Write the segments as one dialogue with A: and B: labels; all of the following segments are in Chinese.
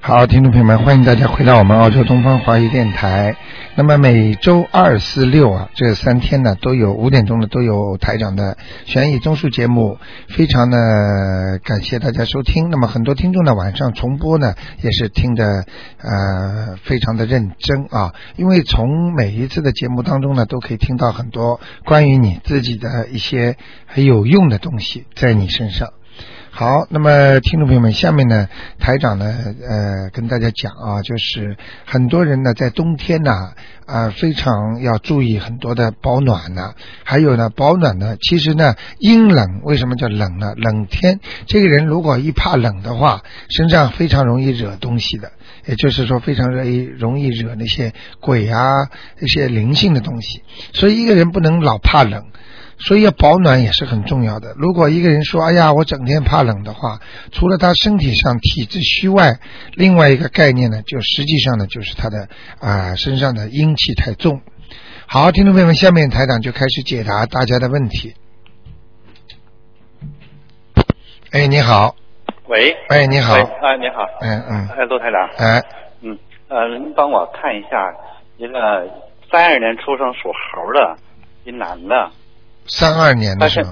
A: 好，听众朋友们，欢迎大家回到我们澳洲东方华语电台。那么每周二、四、六啊，这三天呢，都有五点钟呢，都有台长的悬疑综述节目，非常呢感谢大家收听。那么很多听众呢，晚上重播呢，也是听的呃非常的认真啊，因为从每一次的节目当中呢，都可以听到很多关于你自己的一些很有用的东西在你身上。好，那么听众朋友们，下面呢，台长呢，呃，跟大家讲啊，就是很多人呢在冬天呢，啊、非常要注意很多的保暖呢、还有呢，保暖呢，其实呢，阴冷为什么叫冷呢？冷天，这个人如果一怕冷的话，身上非常容易惹东西的，也就是说非常容易容易惹那些鬼啊，一些灵性的东西。所以一个人不能老怕冷。所以要保暖也是很重要的。如果一个人说：“哎呀，我整天怕冷”的话，除了他身体上体质虚外，另外一个概念呢，就实际上呢，就是他的啊、身上的阴气太重。好，听众朋友们，下面台长就开始解答大家的问题。哎，你好，
B: 喂，
A: 哎，你好
B: 喂，啊，你好，
A: 嗯嗯，
B: 哎，陆台长，
A: 哎，
B: 嗯，呃，您帮我看一下一个三二年出生属猴的一男的，
A: 三二年的时候，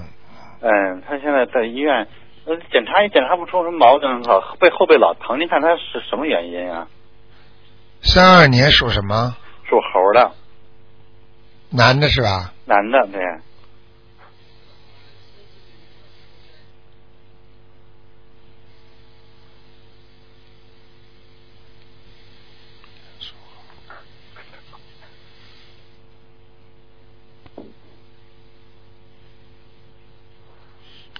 B: 嗯，他现在在医院，呃，检查也检查不出什么毛病，老背后背老疼，您看他是什么原因啊？
A: 三二年属什么？
B: 属猴的
A: 男的是吧？
B: 男的，对，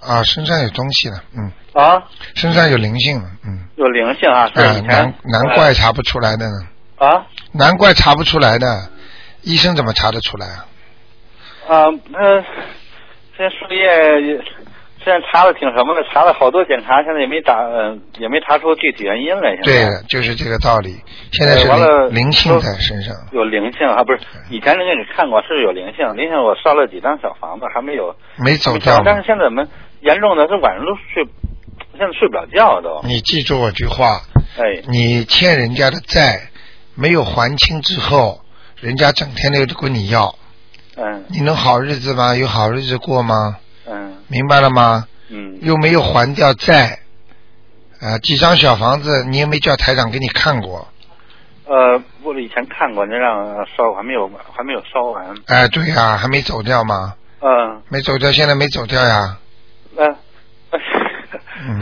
A: 啊，身上有东西了，嗯，
B: 啊，
A: 身上有灵性了，嗯，
B: 有灵性啊，是
A: 啊，
B: 以前
A: 难难怪查不出来的呢。
B: 呃啊
A: 难怪查不出来的，医生怎么查得出来啊？
B: 啊，他现在输液现在查的挺什么的，查了好多检查，现在也没打，呃、也没查出具体原因来，现在。
A: 对的，就是这个道理。现在是
B: 哎完了
A: 灵灵性在身上，
B: 有灵性啊，不是以前人家给看过是有灵性，灵性我烧了几张小房子还没有
A: 没走掉
B: 但是现在怎么严重的，这晚上都睡，现在睡不了觉都，
A: 你记住我句话，
B: 哎，
A: 你欠人家的债没有还清之后，人家整天的跟你要，
B: 嗯
A: 你能好日子吗？有好日子过吗？
B: 嗯
A: 明白了吗？
B: 嗯，
A: 又没有还掉债，啊，几张小房子你也没叫台长给你看过，
B: 呃，我以前看过，那让烧还没有还没有烧完，
A: 哎、对呀、还没走掉吗？
B: 嗯
A: 没走掉，现在没走掉呀。
B: 那、那呃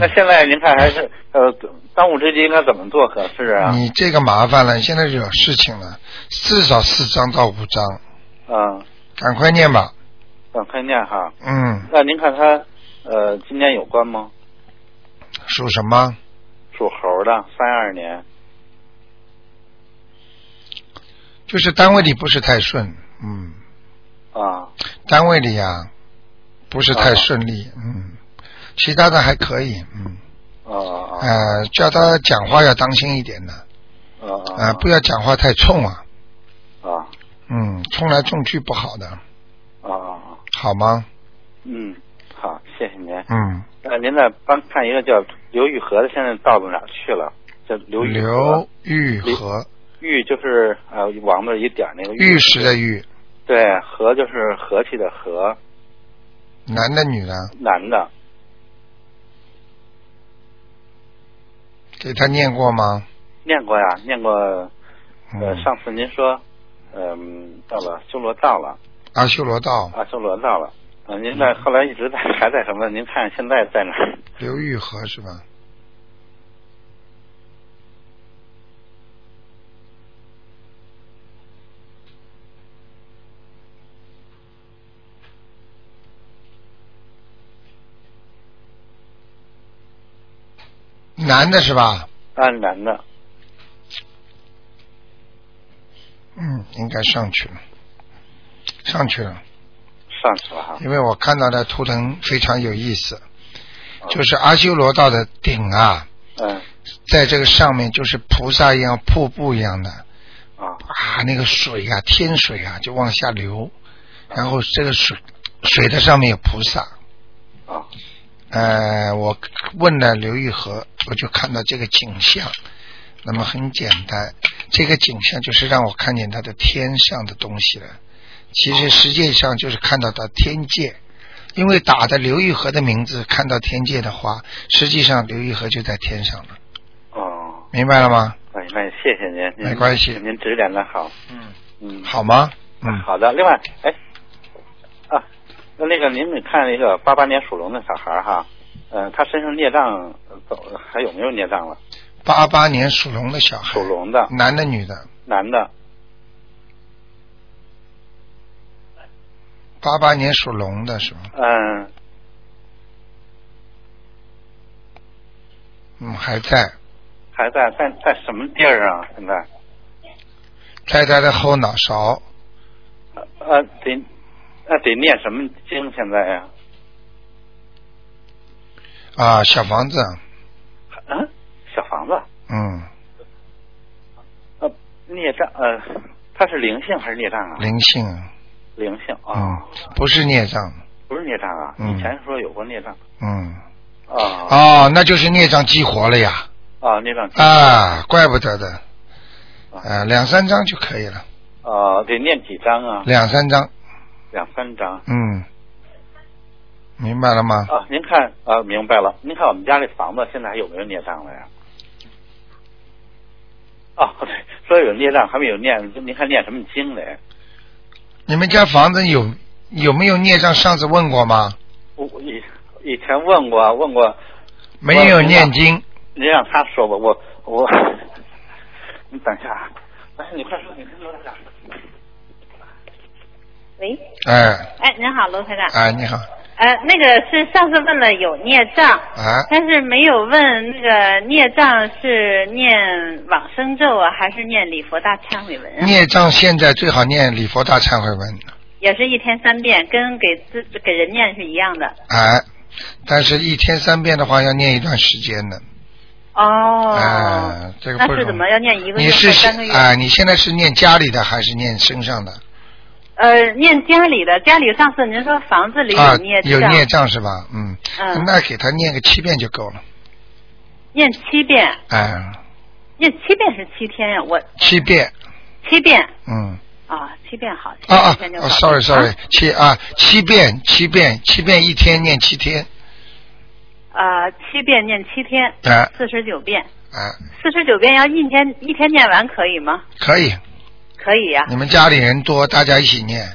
B: 那现在您看还是呃当务之急应该怎么做合适啊？
A: 你这个麻烦了，你现在惹事情了，至少四张到五张，
B: 嗯，
A: 赶快念吧。
B: 赶快念哈。
A: 嗯，
B: 那您看他呃今年有关吗？
A: 属什么？
B: 属猴的，三二年。
A: 就是单位里不是太顺，嗯，
B: 啊，
A: 单位里呀、不是太顺利，嗯，其他的还可以，嗯，
B: 啊啊
A: 呃，叫他讲话要当心一点的，
B: 啊
A: 呃，不要讲话太冲啊，
B: 啊
A: 嗯，冲来冲去不好的，
B: 啊啊！
A: 好吗？
B: 嗯，好，谢谢您。
A: 嗯，
B: 呃，您再帮看一个叫刘玉和的，现在到哪儿去了？叫刘玉和
A: 刘玉和，
B: 玉就是呃王字一点儿那个
A: 玉石的玉，
B: 对和就是和气的和，
A: 男的女的，
B: 男的
A: 给他念过吗？
B: 念过呀，念过。呃，
A: 嗯，
B: 上次您说，嗯、到了修罗道了，
A: 阿修罗道。
B: 啊，修罗道了。啊，您在后来一直在还在什么？您看现在在哪儿？
A: 刘玉和是吧？男的是吧？
B: 啊，男的。
A: 嗯，应该上去了，上去了，
B: 上去了哈。
A: 因为我看到的图腾非常有意思，
B: 啊
A: 就是阿修罗道的顶啊，
B: 嗯
A: 在这个上面就是菩萨一样、瀑布一样的，
B: 啊
A: 啊，那个水啊，天水啊，就往下流，然后这个水水的上面有菩萨。
B: 啊
A: 呃，我问了刘玉和，我就看到这个景象，那么很简单，这个景象就是让我看见他的天上的东西了。其实实际上就是看到他天界，因为打的刘玉和的名字，看到天界的话，实际上刘玉和就在天上了。
B: 哦，
A: 明白了吗？
B: 哎，那谢谢您，您
A: 没关系
B: 您指点的好，
A: 嗯，
B: 嗯，
A: 好吗？嗯，
B: 好的。另外，哎，啊，那那个您给看那个八八年属龙的小孩儿哈，呃，他身上孽障呃走还有没有孽障了？
A: 八八年属龙的小孩
B: 属，龙的
A: 男的女的？
B: 男的，
A: 八八年属龙的是吧？
B: 嗯、
A: 嗯，还在，
B: 还在在在什么地儿啊？现在
A: 在他的后脑勺，
B: 呃呃得那、得念什么经现在呀、
A: 啊，小房子，
B: 嗯，小房子
A: 嗯，
B: 呃孽障呃，他是灵性还是孽障啊？
A: 灵性，
B: 灵性啊、
A: 嗯，不是孽障，
B: 不是孽障啊。
A: 嗯
B: 以前说有过孽障
A: 嗯，
B: 啊
A: 哦，那就是孽障激活了呀，
B: 啊孽障
A: 啊，怪不得的，啊，两三张就可以了，
B: 啊得念几张啊？
A: 两三张，
B: 两三张。
A: 嗯，明白了吗？
B: 啊，您看啊、明白了。您看我们家这房子现在还有没有孽障了呀？哦， 对，说有孽障，还没有念，您还念什么经嘞？
A: 你们家房子有有没有孽障？上次问过吗？
B: 我我以以前问过，问过，
A: 没有
B: 问过
A: 念经，
B: 您让他说吧，我我， 你等一下啊，哎，你快说，你快说点。
C: 喂，
A: 哎
C: 哎，您好，罗台长。
A: 哎，你好，
C: 呃，那个是上次问了有孽障，
A: 啊，
C: 但是没有问那个孽障是念往生咒啊，还是念礼佛大忏悔文啊？
A: 孽障现在最好念礼佛大忏悔文，
C: 也是一天三遍，跟给自给人念是一样的。
A: 哎，但是一天三遍的话要念一段时间的，
C: 哦。
A: 哎，这个不
C: 那是
A: 容
C: 怎
A: 易
C: 么要念一个
A: 你
C: 月或
A: 是
C: 三个月？
A: 啊、你现在是念家里的还是念身上的？
C: 呃，念家里的，家里上次您说房子里
A: 啊
C: 有孽，
A: 有
C: 障，
A: 孽障是吧？嗯，
C: 嗯
A: 那给他念个七遍就够了。
C: 念七遍，
A: 哎，
C: 念七遍是七天呀、我
A: 七遍，
C: 七遍
A: 嗯，
C: 啊，七遍好，
A: 啊啊
C: 七天就
A: 哦
C: 好
A: ，sorry
C: 啊
A: sorry，七啊七遍七遍七遍一天念七天，
C: 啊、七遍念七天，
A: 啊
C: 四十九遍，
A: 啊，
C: 四十九遍要一天一天念完可以吗？
A: 可以。
C: 可以呀、
A: 你们家里人多，大家一起念。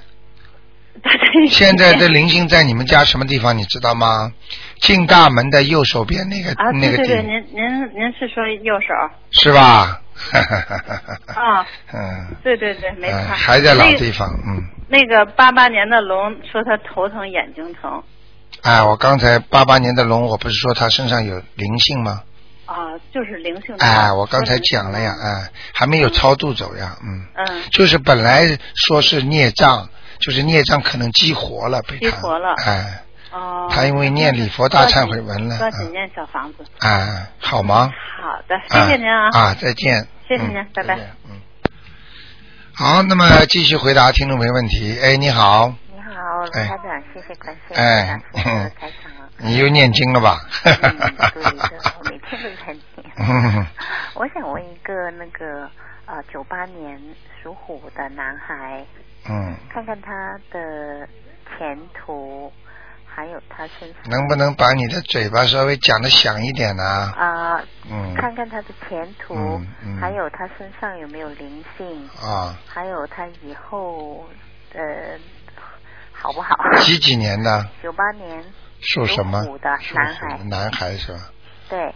C: 大家一起
A: 现在
C: 念
A: 的灵性在你们家什么地方，你知道吗？进大门的右手边那个、
C: 啊，
A: 那
C: 对
A: 个
C: 对
A: 地啊
C: 对，您您您是说右手
A: 是吧？ 哈哈哈哈哈。
C: 啊？
A: 嗯，
C: 对对对，没错，
A: 哎还在老
C: 那个
A: 地方，嗯。
C: 那个八八年的龙说他头疼眼睛疼
A: 哎，我刚才八八年的龙，我不是说它身上有灵性吗？
C: 啊，就是灵性的。
A: 哎，我刚才讲了呀，
C: 说
A: 哎，还没有超度走呀，嗯，
C: 是灵性。嗯，
A: 就是本来说是孽障，就是孽障可能激活了，被他
C: 激活了
A: 哎，
C: 哦。
A: 他因为念礼佛大忏悔文了
C: 抓紧
A: 嗯
C: 念小房子。
A: 哎，好吗？
C: 好的，谢谢您啊。
A: 啊，啊再见，
C: 谢谢您
A: 嗯
C: 拜拜
A: 再见嗯。好，那么继续回答听众朋友问题。哎，你好，
D: 你好，罗
A: 哎
D: 台长，谢谢关心，
A: 哎
D: 谢谢罗台长 啊。
A: 你又念经了吧？
D: 嗯，对的，我每天都在念。
A: 嗯
D: 我想问一个那个呃，九八年属虎的男孩，
A: 嗯，
D: 看看他的前途，还有他身上
A: 能不能把你的嘴巴稍微讲的响一点呢、
D: 啊、
A: 嗯，
D: 看看他的前途，
A: 嗯嗯
D: 还有他身上有没有灵性，
A: 啊，
D: 还有他以后呃好不好？
A: 几几年的？
D: 九八年
A: 属什么？
D: 属虎的
A: 属
D: 男
A: 什么
D: 孩
A: 男孩是吧？
D: 对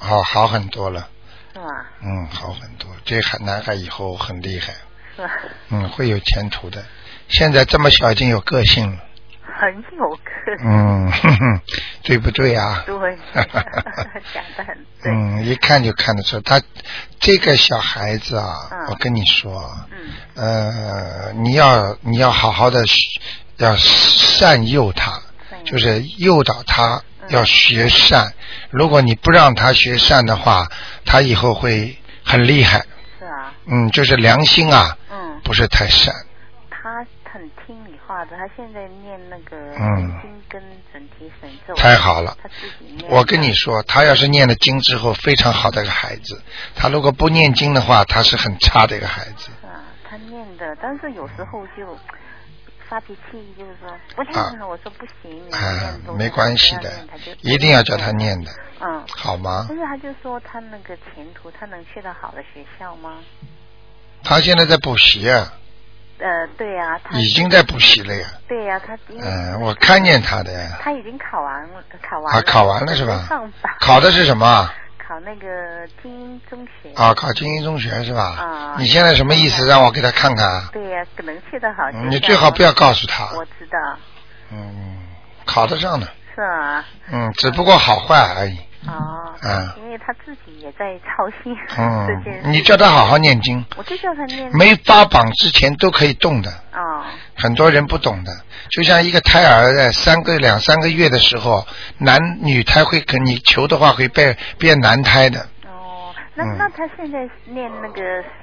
A: 哦，好很多了，
D: 是吗？
A: 嗯，好很多。这孩男孩以后很厉害，
D: 是吗？
A: 嗯，会有前途的。现在这么小已经有个性了，
D: 很有 个性。
A: 嗯，哼哼对不对啊？
D: 对，讲的很对。
A: 嗯，一看就看得出他这个小孩子啊，
D: 嗯
A: 我跟你说，
D: 嗯
A: 呃，你要你要好好的要善诱他，
D: 善
A: 就
D: 诱
A: 是诱导他
D: 嗯
A: 要学善。如果你不让他学善的话，他以后会很厉害。
D: 是啊，
A: 嗯，就是良心啊，
D: 嗯，
A: 不是太善。
D: 他很听你话的，他现在念那个
A: 嗯
D: 心经跟准提神咒。啊
A: 太好了
D: 他自己念。
A: 我跟你说，他要是念了经之后，非常好的一个孩子。他如果不念经的话，他是很差的一个孩子。
D: 啊，他念的，但是有时候就发脾气，就是说不念
A: 啊
D: 了，我说不行，你要
A: 啊
D: 念多，
A: 没
D: 少
A: 关
D: 不
A: 系
D: 要
A: 的
D: 念他就，
A: 一定要叫他念的，
D: 嗯，
A: 好吗
D: 但？是他就说他那个前途，他能去到好的学校吗？
A: 他现在在补习啊，
D: 呃，对呀、他
A: 已经在补习了呀。
D: 对呀、他因为
A: 嗯，我看见他的呀。
D: 他已经考完了考完了
A: 啊，考完了是吧
D: 上榜？
A: 考的是什么啊？
D: 考那个精英中学。
A: 啊，考精英中学是吧
D: 啊？
A: 你现在什么意思？让我给他看看啊？
D: 对呀、可能去的好学校。
A: 嗯你最好不要告诉他。
D: 啊我知道，
A: 嗯，考得上的。
D: 是啊，
A: 嗯，只不过好坏而已。
D: 哦，
A: 嗯
D: 因为他自己也在操心这件事。
A: 嗯，你叫他好好念经，
D: 我就叫他念
A: 没发榜之前都可以动的。
D: 哦，
A: 很多人不懂的，就像一个胎儿在三个两三个月的时候，男女胎会跟你求的话会变变男胎的，
D: 哦，那、
A: 嗯
D: 那他现在念那个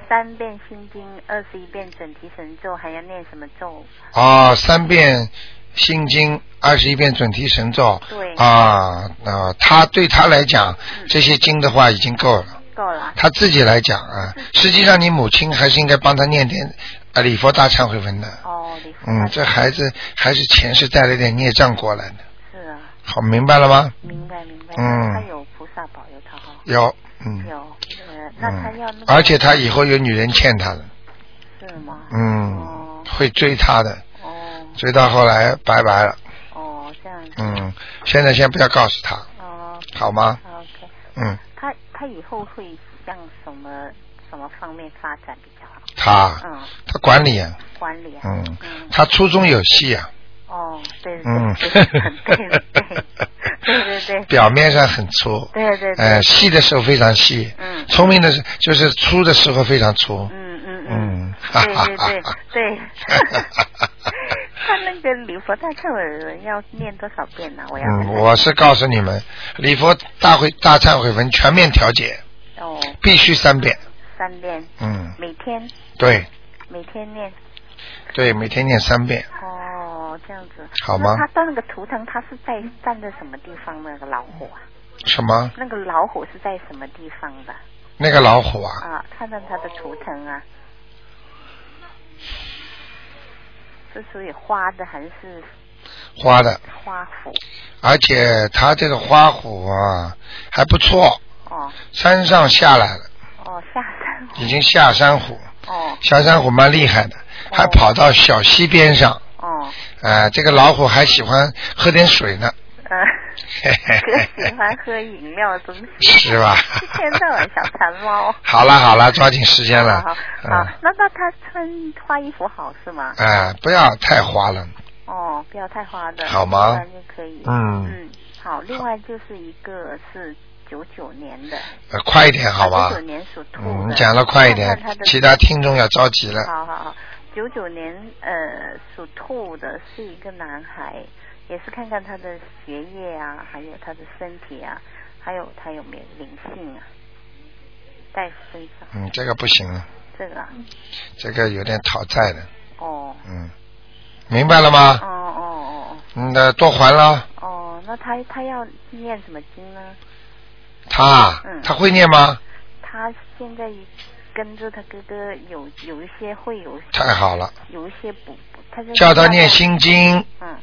D: 三遍心经，二十一遍准提神咒，还要念什么咒？
A: 啊，三遍心经，二十一遍准提神咒，
D: 对
A: 啊，那、他对他来讲，这些经的话已经够了。
D: 够了。
A: 他自己来讲啊，实际上你母亲还是应该帮他念点啊礼佛大忏悔文的。
D: 哦，你说
A: 嗯，这孩子还是前世带了点孽障过来的。
D: 是啊，
A: 好，明白了吗？
D: 明白明白。
A: 嗯
D: 他有菩萨保佑他哈、
A: 有，嗯，
D: 有，呃，那他要那
A: 嗯
D: 个、，
A: 而且他以后有女人欠他的，
D: 是吗？
A: 嗯
D: 哦，
A: 会追他的，
D: 哦
A: 追到后来拜拜了，
D: 哦，这样子。
A: 嗯，现在先不要告诉他，
D: 哦
A: 好吗？
D: ，OK，
A: 嗯，
D: 他他以后会向什么什么方面发展比较好？
A: 他
D: 嗯，
A: 他管理啊，
D: 管理啊。
A: 嗯
D: 嗯，
A: 他初中有戏啊，
D: 哦，对对
A: 嗯
D: 对，对对 对，对对对，
A: 表面上很粗，
D: 对对对
A: 呃，细的时候非常细，
D: 嗯
A: 聪明的时就是粗的时候非常粗，
D: 嗯嗯
A: 哦嗯。
D: 嗯，对对对对他那个礼佛大忏悔文要念多少遍呢？我要
A: 嗯，
D: 看看
A: 我是告诉你们，礼佛大会大忏悔文全面调解，
D: 哦
A: 必须三遍。
D: 三遍，
A: 嗯，
D: 每天
A: 对
D: 每天念。
A: 对，每天念三遍。
D: 哦，这样子。
A: 好吗
D: 那他到那个图腾，他是在站在什么地方？那个老虎啊，
A: 什么？
D: 那个老虎是在什么地方的？
A: 那个老虎啊，
D: 啊，看看他的图腾啊，是属于花的还是
A: 花的，
D: 花虎？
A: 而且它这个花虎啊还不错，
D: 哦
A: 山上下来了，
D: 哦，下山
A: 已经下山虎，
D: 哦
A: 下山虎蛮厉害的，还跑到小溪边上。
D: 哦，
A: 哎、这个老虎还喜欢喝点水呢，。
D: 呃，哥喜欢喝饮料的东西
A: 是吧
D: 一天到晚小馋 猫。
A: 好了好了，抓紧时间了。
D: 好好
A: 嗯，
D: 好，那那他穿花衣服好是吗？
A: 哎、不要太花了。
D: 哦，不要太花的，
A: 好吗
D: 一般就可以。
A: 嗯
D: 嗯，好。另外就是一个是九九年的，
A: 呃，快一点好吧
D: 九九？年属兔的。
A: 嗯，你讲的快一点
D: 看 看他，的
A: 其他听众要着急了。
D: 好好好，九九年呃属兔的是一个男孩，也是看看他的学业啊，还有他的身体啊，还有他有没有灵性啊，在身上
A: 嗯，这个不行了，
D: 这个啊
A: 这个有点讨债的。
D: 哦
A: 嗯，明白了吗
D: 哦？哦
A: 嗯，那多还了。
D: 哦哦，那他他要念什么经呢？
A: 他啊
D: 嗯
A: 他会念吗？
D: 他现在跟着他哥哥有有一些会有
A: 太好了，
D: 有一些补，补他就
A: 叫他念，心经，
D: 嗯，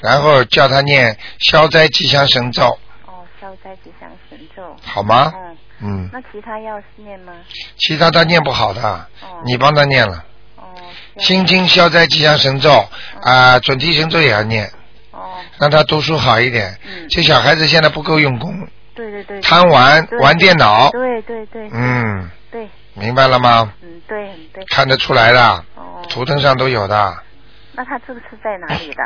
A: 然后叫他念消灾吉祥神咒，
D: 哦，消灾吉祥神咒，
A: 好吗？
D: 嗯，
A: 嗯，
D: 那其他要念吗？
A: 其他他念不好的，
D: 哦，
A: 你帮他念了。
D: 哦，这样
A: 心经、消灾吉祥神咒
D: 嗯
A: 啊、准提神咒也要念，
D: 哦，
A: 让他读书好一点。
D: 嗯
A: 这小孩子现在不够用功，
D: 对对对，
A: 贪玩
D: 对
A: 玩电脑，
D: 对对对，
A: 嗯，
D: 对，
A: 明白了吗？
D: 嗯，对，很对，
A: 看得出来的，
D: 哦，
A: 图腾上都有的。
D: 那他这个是在哪里的？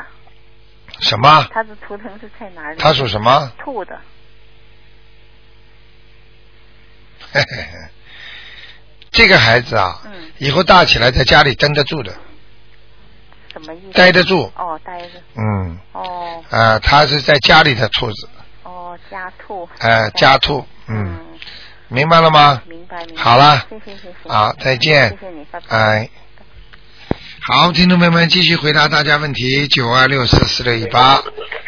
A: 什么？
D: 他的图腾是在哪里？
A: 他属什么？
D: 兔的，
A: 嘿嘿嘿，这个孩子啊，
D: 嗯
A: 以后大起来在家里蹬得住的，
D: 什么意思？
A: 待得住。
D: 哦，呆着，
A: 嗯，
D: 哦
A: 啊、他是在家里的兔子，
D: 哦，家兔，
A: 呃，家兔。嗯，
D: 嗯，
A: 明白了吗？
D: 明白明白，
A: 好了
D: 谢谢谢谢，
A: 啊，再见
E: 哎
D: 谢。谢你，拜拜。
A: 哎，好，听众朋友们，继续回答大家问题，九二六四四六一八。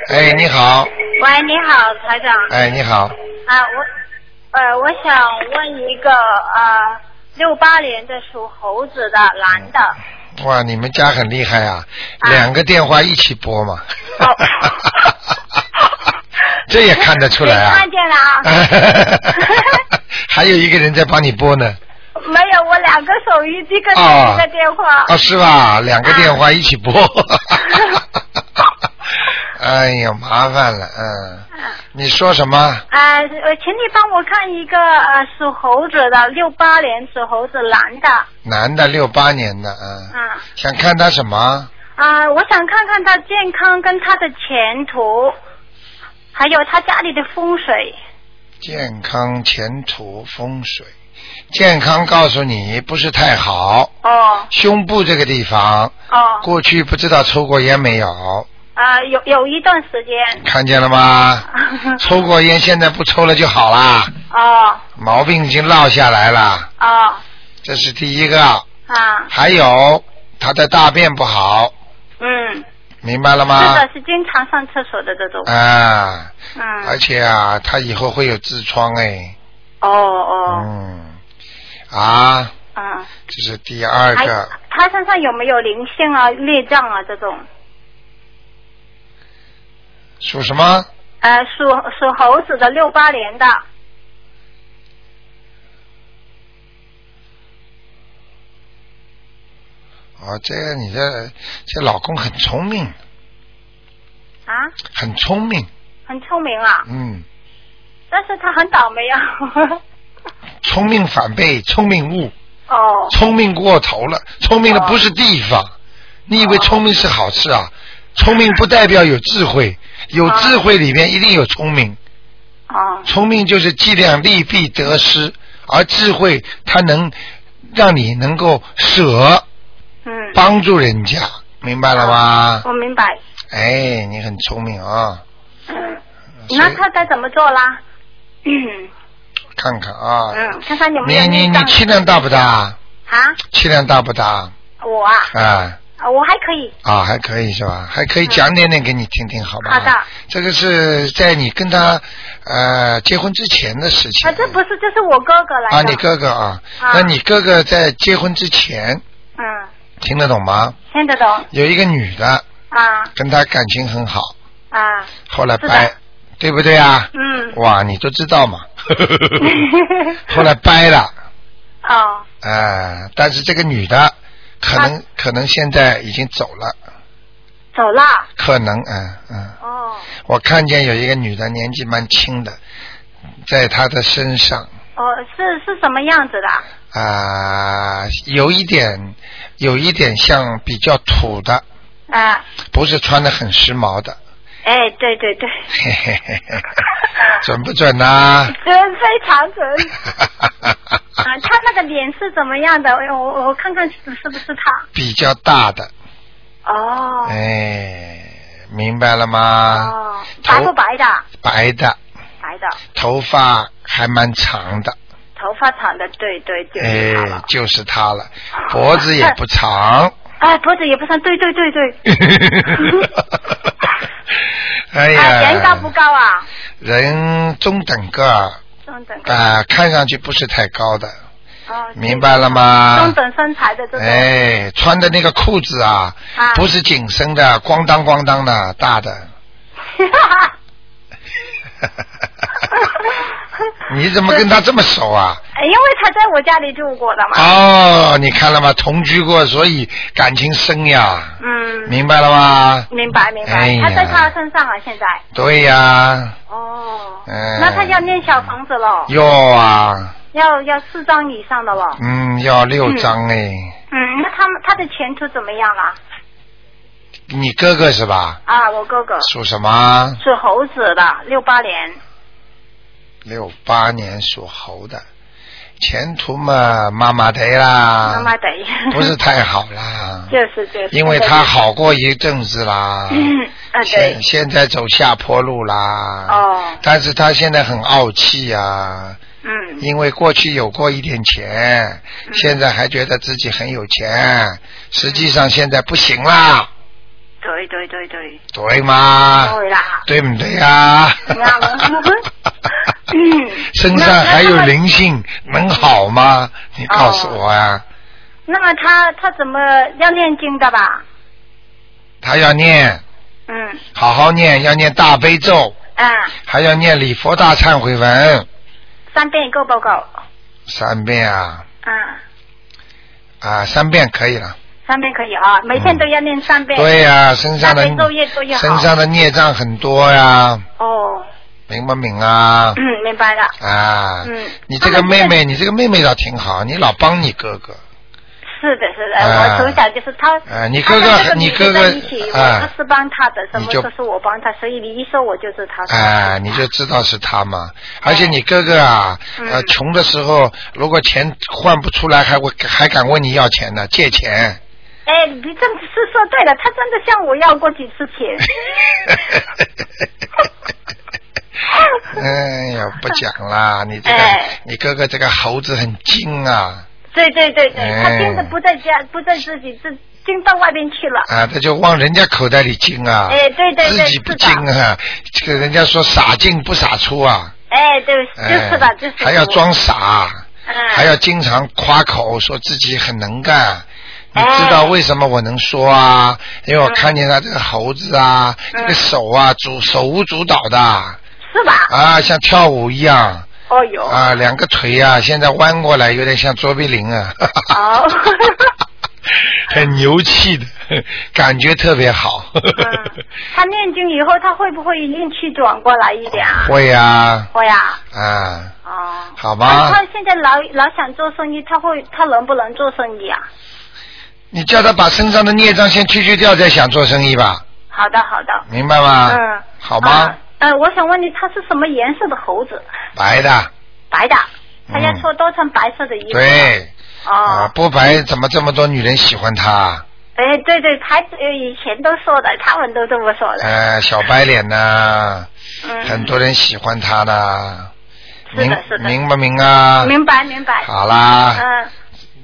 A: 哎，你好，
F: 喂，你好，台长。
A: 哎，你好，
F: 啊，我呃，我想问一个呃，六八年的属猴子的男的，
A: 哇，你们家很厉害啊，
F: 啊哦
A: 两个电话一起拨嘛， 这也看得出来
F: 谁
A: 啊
F: 看，见了啊？
A: 还有一个人在帮你拨呢，
F: 没有，我两个手机机跟
A: 哦
F: 一个电话。啊
A: 哦，是吧？两个电话一起 拨，哎呀，麻烦了，嗯，你说什么？
F: 啊，呃，请你帮我看一个呃属猴子的六八年属猴子男的，
A: 男的，六八年的，嗯，
F: 啊
A: 想看他什么？
F: 啊，我想看看他健康跟他的前途，还有他家里的风水。
A: 健康、前途、风水。健康告诉你不是太好，
F: 哦
A: 胸部这个地方，
F: 哦，
A: 过去不知道抽过烟没有，
F: 啊，有有一段时间。
A: 看见了吗？抽过烟，现在不抽了就好啦，
F: 哦
A: 毛病已经落下来了，
F: 哦
A: 这是第一个。
F: 啊，
A: 还有他的大便不好，
F: 嗯，
A: 明白了
F: 是
A: 吗？
F: 的，是经常上厕所的这种。
A: 啊，而
F: 嗯，
A: 且啊，他以后会有痔疮哎，
F: 哦哦，
A: 嗯，啊，
F: 嗯，
A: 这是第二
F: 还
A: 个。
F: 他身上有没有灵性啊、孽障啊这种？
A: 属什么？
F: 呃，属属猴子的六八年的，啊
A: 哦，这个你这这老公很聪明，
F: 啊，
A: 很聪明，
F: 很聪明啊，
A: 嗯，
F: 但是他很倒霉啊。
A: 聪明反被聪明误，
F: 哦
A: 聪明过头了，聪明的
F: 啊
A: 不是地方。你以为聪明是好事啊？聪明不代表有智慧，有
F: 哦
A: 智慧里面一定有聪明。
F: 哦
A: 聪明就是计量利弊得失，而智慧它能让你能够舍，
F: 嗯，
A: 帮助人家，明白了吗？
F: 我明白。
A: 哎，你很聪明啊。
F: 嗯，
A: 所以
F: 那他该怎么做啦？嗯
A: 看看啊，
F: 嗯，看看有没
A: 你
F: 有
A: 你
F: 孽
A: 你
F: 障
A: 气量大不大？
F: 啊？
A: 气量大不大？
F: 我啊，
A: 啊
F: 啊我还可以。
A: 啊，还可以是吧？还可以讲点点给你听听，好吧？
F: 好的。
A: 这个是在你跟他呃结婚之前的事情。
F: 啊，这不是，这是我哥哥来的。
A: 啊，你哥哥啊，
F: 啊
A: 那你哥哥在结婚之前
F: 嗯，
A: 听得懂吗？
F: 听得懂
A: 有一个女的
F: 啊
A: 跟他感情很好，
F: 啊，
A: 后来
F: 是的
A: 掰，对不对啊？
F: 嗯，
A: 哇，你都知道 嘛。后来掰了。
F: 哦
A: 啊，但是这个女的可能、
F: 啊
A: 可能现在已经走了，
F: 走了
A: 可能嗯嗯，
F: 哦
A: 我看见有一个女的年纪蛮轻的，在她的身上
F: 哦，是是什么样子的？
A: 啊、有一点有一点像比较土的，
F: 啊，
A: 不是穿的很时髦的，
F: 哎，对对对，
A: 嘿嘿嘿嘿 准不准啊呐、
F: 准非常准。
A: 哈，
F: 啊，他那个脸是怎么样的？哎我我我看看是是不是他？
A: 比较大的，
F: 哦
A: 哎，明白了吗？
F: 哦，
A: 头
F: 白不白的？
A: 白的，
F: 白的，
A: 头发还蛮长的。
F: 头发长的，对对对，就是他
A: 哎就是他
F: 了，
A: 了，脖子也不长。
F: 哎，脖子也不算，对对对对。
A: 哎
F: 啊，
A: 呀，
F: 人高不高啊？
A: 人中等个儿
F: 中等。
A: 啊、看上去不是太高的，
F: 哦，对
A: 明白了吗
F: 中？等身材的这种。
A: 哎，穿的那个裤子啊，
F: 啊
A: 不是紧身的，咣当咣当的，大的。
F: 哎
A: 你怎么跟他这么熟 啊？
F: 哎因为他在我家里住过的嘛。
A: 哦，你看了吗？同居过，所以感情深呀，
F: 嗯，
A: 明白了吗？
F: 明白明
A: 哎
F: 白。
A: 呀
F: 他在他身上啊，现在。
A: 对呀，
F: 哦。
A: 嗯
F: 那他要念小房子喽，
A: 要啊，
F: 要要四张以上的喽。
A: 嗯，要六张哎。
F: 嗯，那他们他的前途怎么样啦？
A: 你哥哥是吧？
F: 啊，我哥哥
A: 属什么？
F: 是猴子的，六八年。
A: 六八年属猴的，前途嘛，麻麻的啦，
F: 妈妈得
A: 啊不是太好啦，
F: 就是就是，
A: 因为他好过一阵子啦，
F: 嗯啊对
A: 现现在走下坡路啦，
F: 哦
A: 但是他现在很傲气呀、
C: 嗯
A: 因为过去有过一点钱，
F: 嗯
A: 现在还觉得自己很有钱，实际上现在不行啦，
F: 对对对对，哦
A: 对吗？
F: 对啦。
A: 对不对呀
F: 呀我嗯？
A: 身上还有灵性，能好吗？你告诉我啊，
F: 那么他他怎么要念经的吧？
A: 他要念，
F: 嗯
A: 好好念，要念大悲咒，
F: 啊，
A: 还要念礼佛大忏悔文
F: 三遍够不够？
A: 三遍啊
F: 啊，
A: 啊，三遍可以了。
F: 三遍可以啊，每天都要念三遍。
A: 对呀、身上的
F: 大悲咒越多越好
A: 身上的孽障很多呀，
F: 哦，
A: 明不明啊？
F: 嗯，明白了。
A: 啊，
F: 嗯
A: 你这个妹妹，你这个妹妹倒挺好，你老帮你哥哥，
F: 是的，是的，
A: 啊
F: 我从小就是他，
A: 啊你哥哥
F: 他跟这个
A: 你
F: 女
A: 哥
F: 的
A: 哥
F: 在一起，
A: 啊
F: 我不是帮他的，什
A: 你
F: 么
A: 就
F: 都是我帮他，所以你一说我就是他。
A: 啊，你就知道是他嘛。
F: 嗯
A: 而且你哥哥啊，呃，穷的时候如果钱换不出来，还会还敢问你要钱呢，借钱。
F: 哎，你这是说对了，他真的向我要过几次 钱。
A: 哎呀，不讲啦，你这个、
F: 哎
A: 你哥哥这个猴子很精啊
F: 对对对对，
A: 哎
F: 他盯着不在家，不在自己，自盯到外边去了。
A: 啊，他就往人家口袋里精啊，
F: 哎对对对
A: 自己不
F: 是的
A: 精啊，这个人家说傻进不傻出啊，
F: 哎，对，就
A: 哎，
F: 是的，就是我
A: 还要，装傻，
F: 嗯，
A: 还要经常夸口说自己很能干。你
F: 哎嗯
A: 知道为什么我能说啊？因为我看见他这个猴子啊，这个手啊，主手舞足蹈的啊，
F: 是吧？
A: 像跳舞一样
F: 哦哟，
A: 啊，两个腿啊，现在弯过来有点像卓别林 啊，
F: 哦，
A: 很牛气的感觉，特别好。
F: 嗯，他念经以后，他会不会运气转过来一点 啊？
A: 会呀、
F: 会啊，
A: 啊，啊，
F: 哦。
A: 好
F: 那
A: 吧
F: 他，现在老老想做生意，他会他能不能做生意啊？
A: 你叫他把身上的孽障先去去掉，再想做生意吧，
F: 好的，好的。
A: 明白吗？
F: 嗯。
A: 好吗？
F: 啊呃，我想问你，他是什么颜色的猴子？
A: 白的，
F: 白的。他要
A: 嗯
F: 说多穿白色的衣服。。
A: 对，啊，
F: 哦。
A: 不白怎么这么多女人喜欢他？
F: 哎，对对，他呃以前都说的，他们都这么说的。
A: 呃，小白脸呐，
F: 嗯。
A: 很多人喜欢他的，
F: 是
A: 明
F: 的，是的。
A: 明不明啊？
F: 明白，明白。
A: 好啦，
F: 嗯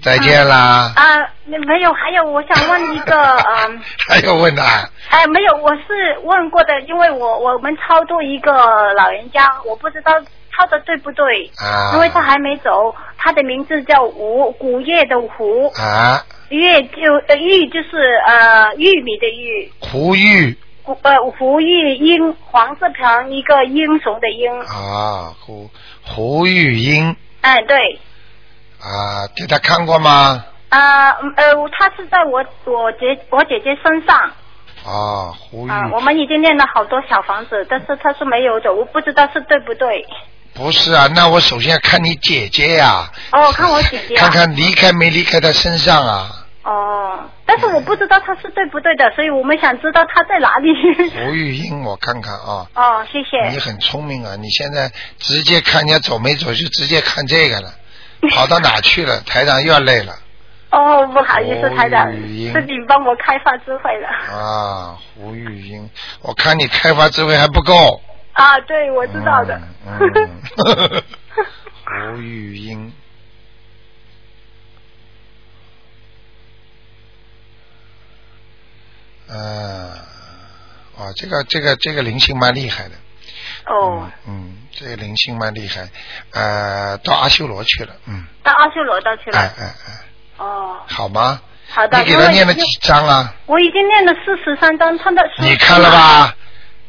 A: 再见啦。
F: 啊，那没有，还有我想问一 个，嗯，
A: 还要问啊？
F: 哎，没有，我是问过的，因为我我们超度一个老人家，我不知道超的对不对，
A: 啊，
F: 因为他还没走，他的名字叫吴，古月的胡，
A: 啊，
F: 月就呃玉就是呃玉米的玉，
A: 胡玉
F: 古呃胡玉英，黄字旁一个英雄的英，
A: 啊，胡胡玉英
F: 哎对，
A: 啊，给他看过吗？
F: 呃嗯呃，他是在我我姐我姐姐身上。
A: 啊，胡玉
F: 啊，我们已经念了好多小房子，但是他是没有走，我不知道是对不对。
A: 不是啊，那我首先看你姐姐呀、
F: 哦，看我姐姐、啊。
A: 看看离开没离开她身上啊。
F: 哦，但是我不知道他是对不对的，所以我们想知道他在哪 里。
A: 胡玉英，我看看啊，
F: 哦，谢谢。
A: 你很聪明啊，你现在直接看人家走没走，就直接看这 个了，跑到哪去了？台长又要累了
F: 哦，不好意思，
A: 哦
F: 台长，
A: 语音
F: 自己帮我开发智慧了。
A: 啊！胡玉英，我看你开发智慧还不够。
F: 啊，对，我知道的。
A: 嗯嗯胡玉英。嗯，哇，这个这个这个灵性蛮厉害的，
F: 哦，
A: 嗯，这个灵性蛮厉害，呃，到阿修罗去了，嗯，
F: 到阿修罗道去了。
A: 哎哎哎，
F: 哦，
A: 好吗？
F: 好的。
A: 你给
F: 因
A: 他
F: 为
A: 念了
F: 已
A: 几
F: 经
A: 张啊？
F: 我已经念了四十三章，他的书
A: 你看了？吧？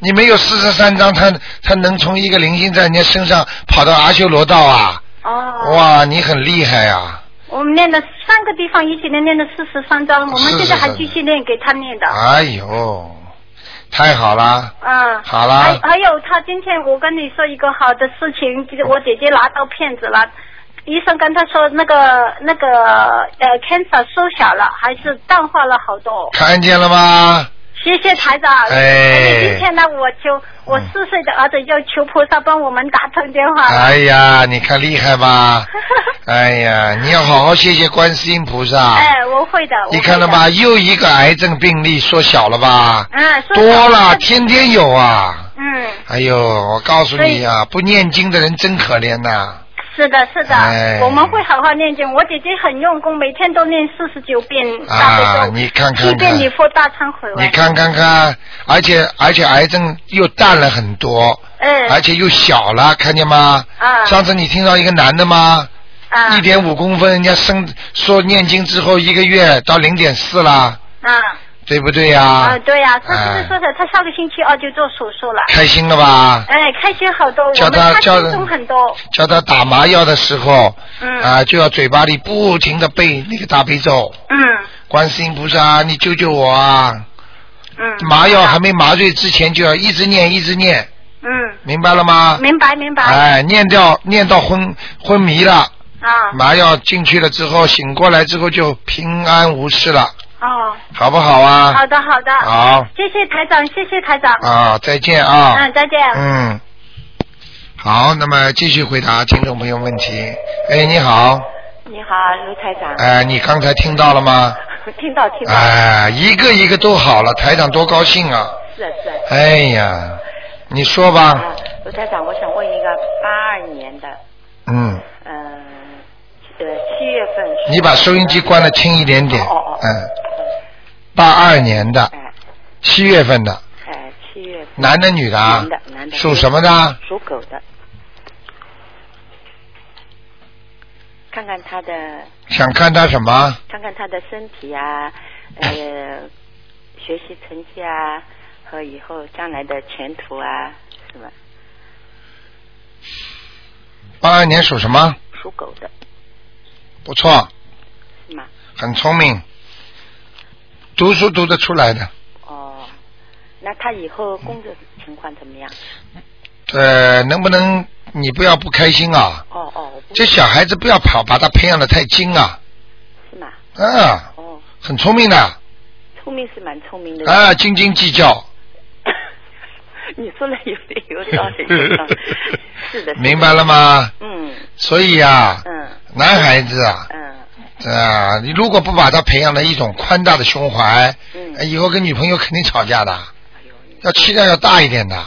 A: 你没有四十三张，他他能从一个灵性在人家身上跑到阿修罗道啊？
F: 哦。
A: 哇，你很厉害啊！
F: 我们念了三个地方，一起念念了四十三章，我们现在还继续念给他念的。
A: 哎呦，太好啦！
F: 嗯，
A: 好
F: 还
A: 啦，
F: 还有，他今天我跟你说一个好的事情，就是我姐姐拿到片子了，医生跟她说那个那个呃 cancer 缩小了，还是淡化了好多。
A: 看见了吗？
F: 谢谢台长。
A: 哎
F: 今天呢，我就我四岁的儿子要求菩萨帮我们打通电话了。
A: 哎呀，你看厉害 吧？哎呀，你要好好谢谢观世音菩萨。
F: 哎，我会的。
A: 啊
F: 我会的
A: 你看了吧？？又一个癌症病例缩小了吧？
F: 嗯，缩小
A: 多了，。天天有啊！
F: 嗯，
A: 哎呦，我告诉你啊，不念经的人真可怜呐、
F: 是是的，是的，
A: 哎
F: 我们会好好念经。我姐姐很用功，每天都念四十九遍大悲
A: 啊
F: 咒，
A: 你看看
F: 七遍
A: 看
F: 礼佛大忏悔文。
A: 你看看看，而且而且癌症又淡了很多，
F: 嗯，
A: 而且又小了，看见吗？
F: 啊
A: 上次你听到一个男的吗？
F: 啊
A: 一点五公分，人家生说念经之后一个月到零点四啦，
F: 啊
A: 对不对呀、
F: 啊，对呀，他
A: 哎
F: 就是说的，他下个星期二就做手术了。
A: 开心了吧？
F: 哎，开心好多，
A: 叫
F: 我们
A: 他
F: 他
A: 叫
F: 轻松很多。
A: 叫他打麻药的时候，
F: 嗯
A: 啊，就要嘴巴里不停的背那个大悲咒，
F: 嗯
A: 观世音菩萨，你救救我啊！
F: 嗯
A: 麻药还没麻醉之前就要一直念，一直念，
F: 嗯，
A: 明白了吗？
F: 明白明白。
A: 哎，念掉念到昏昏迷了，
F: 啊
A: 麻药进去了之后，醒过来之后就平安无事了，
F: 哦，
A: 好不好啊？
F: 好的好的。
A: 好
F: 谢谢台长，谢谢台长。
A: 啊，再见啊。
F: 嗯，再见。
A: 嗯，好，那么继续回答听众朋友问题。哎，你好，
E: 你好，卢台长，
A: 哎，你刚才听到了吗？
E: 听到听到，
A: 哎，一个一个都好了，台长多高兴啊！
E: 是啊是啊。
A: 哎呀，你说吧，
E: 啊，卢台长，我想问一个八二年的，
A: 嗯，
E: 嗯，呃，七月份是。
A: 你把收音机关的轻一点点，
E: 哦哦哦
A: 嗯，八二年的
E: 哎
A: 七月份的，
E: 哎，七月份
A: 男的女的啊
E: 男的男？的
A: 属什么的啊？
E: 属狗的，看看他的，
A: 想看他什么？
E: 看看他的身 体啊，呃，学习成绩啊，和以后将来的前途啊，是吧？
A: 八二年属什么？
E: 属狗的
A: 不错，
E: 是吗？
A: 很聪明，读书读得出来的。
E: 哦，那他以后工作情况怎么样？
A: 呃，能不能你不要不开心啊？
E: 哦哦，我不
A: 这小孩子不要跑，把他培养的太精啊，
E: 是吗？
A: 啊，
E: 哦，
A: 很聪明的
E: 聪明是蛮聪明的。
A: 啊，斤斤计较。
E: 你说的有理有道理，有道理是的，是的
A: 明白。了吗？
E: 嗯
A: 所以啊，
E: 嗯
A: 男孩子啊，
E: 嗯
A: 啊，你如果不把他培养了一种宽大的胸怀，哎
E: 嗯，
A: 以后跟女朋友肯定吵架的，
E: 哎呦，
A: 要气量要大一点的，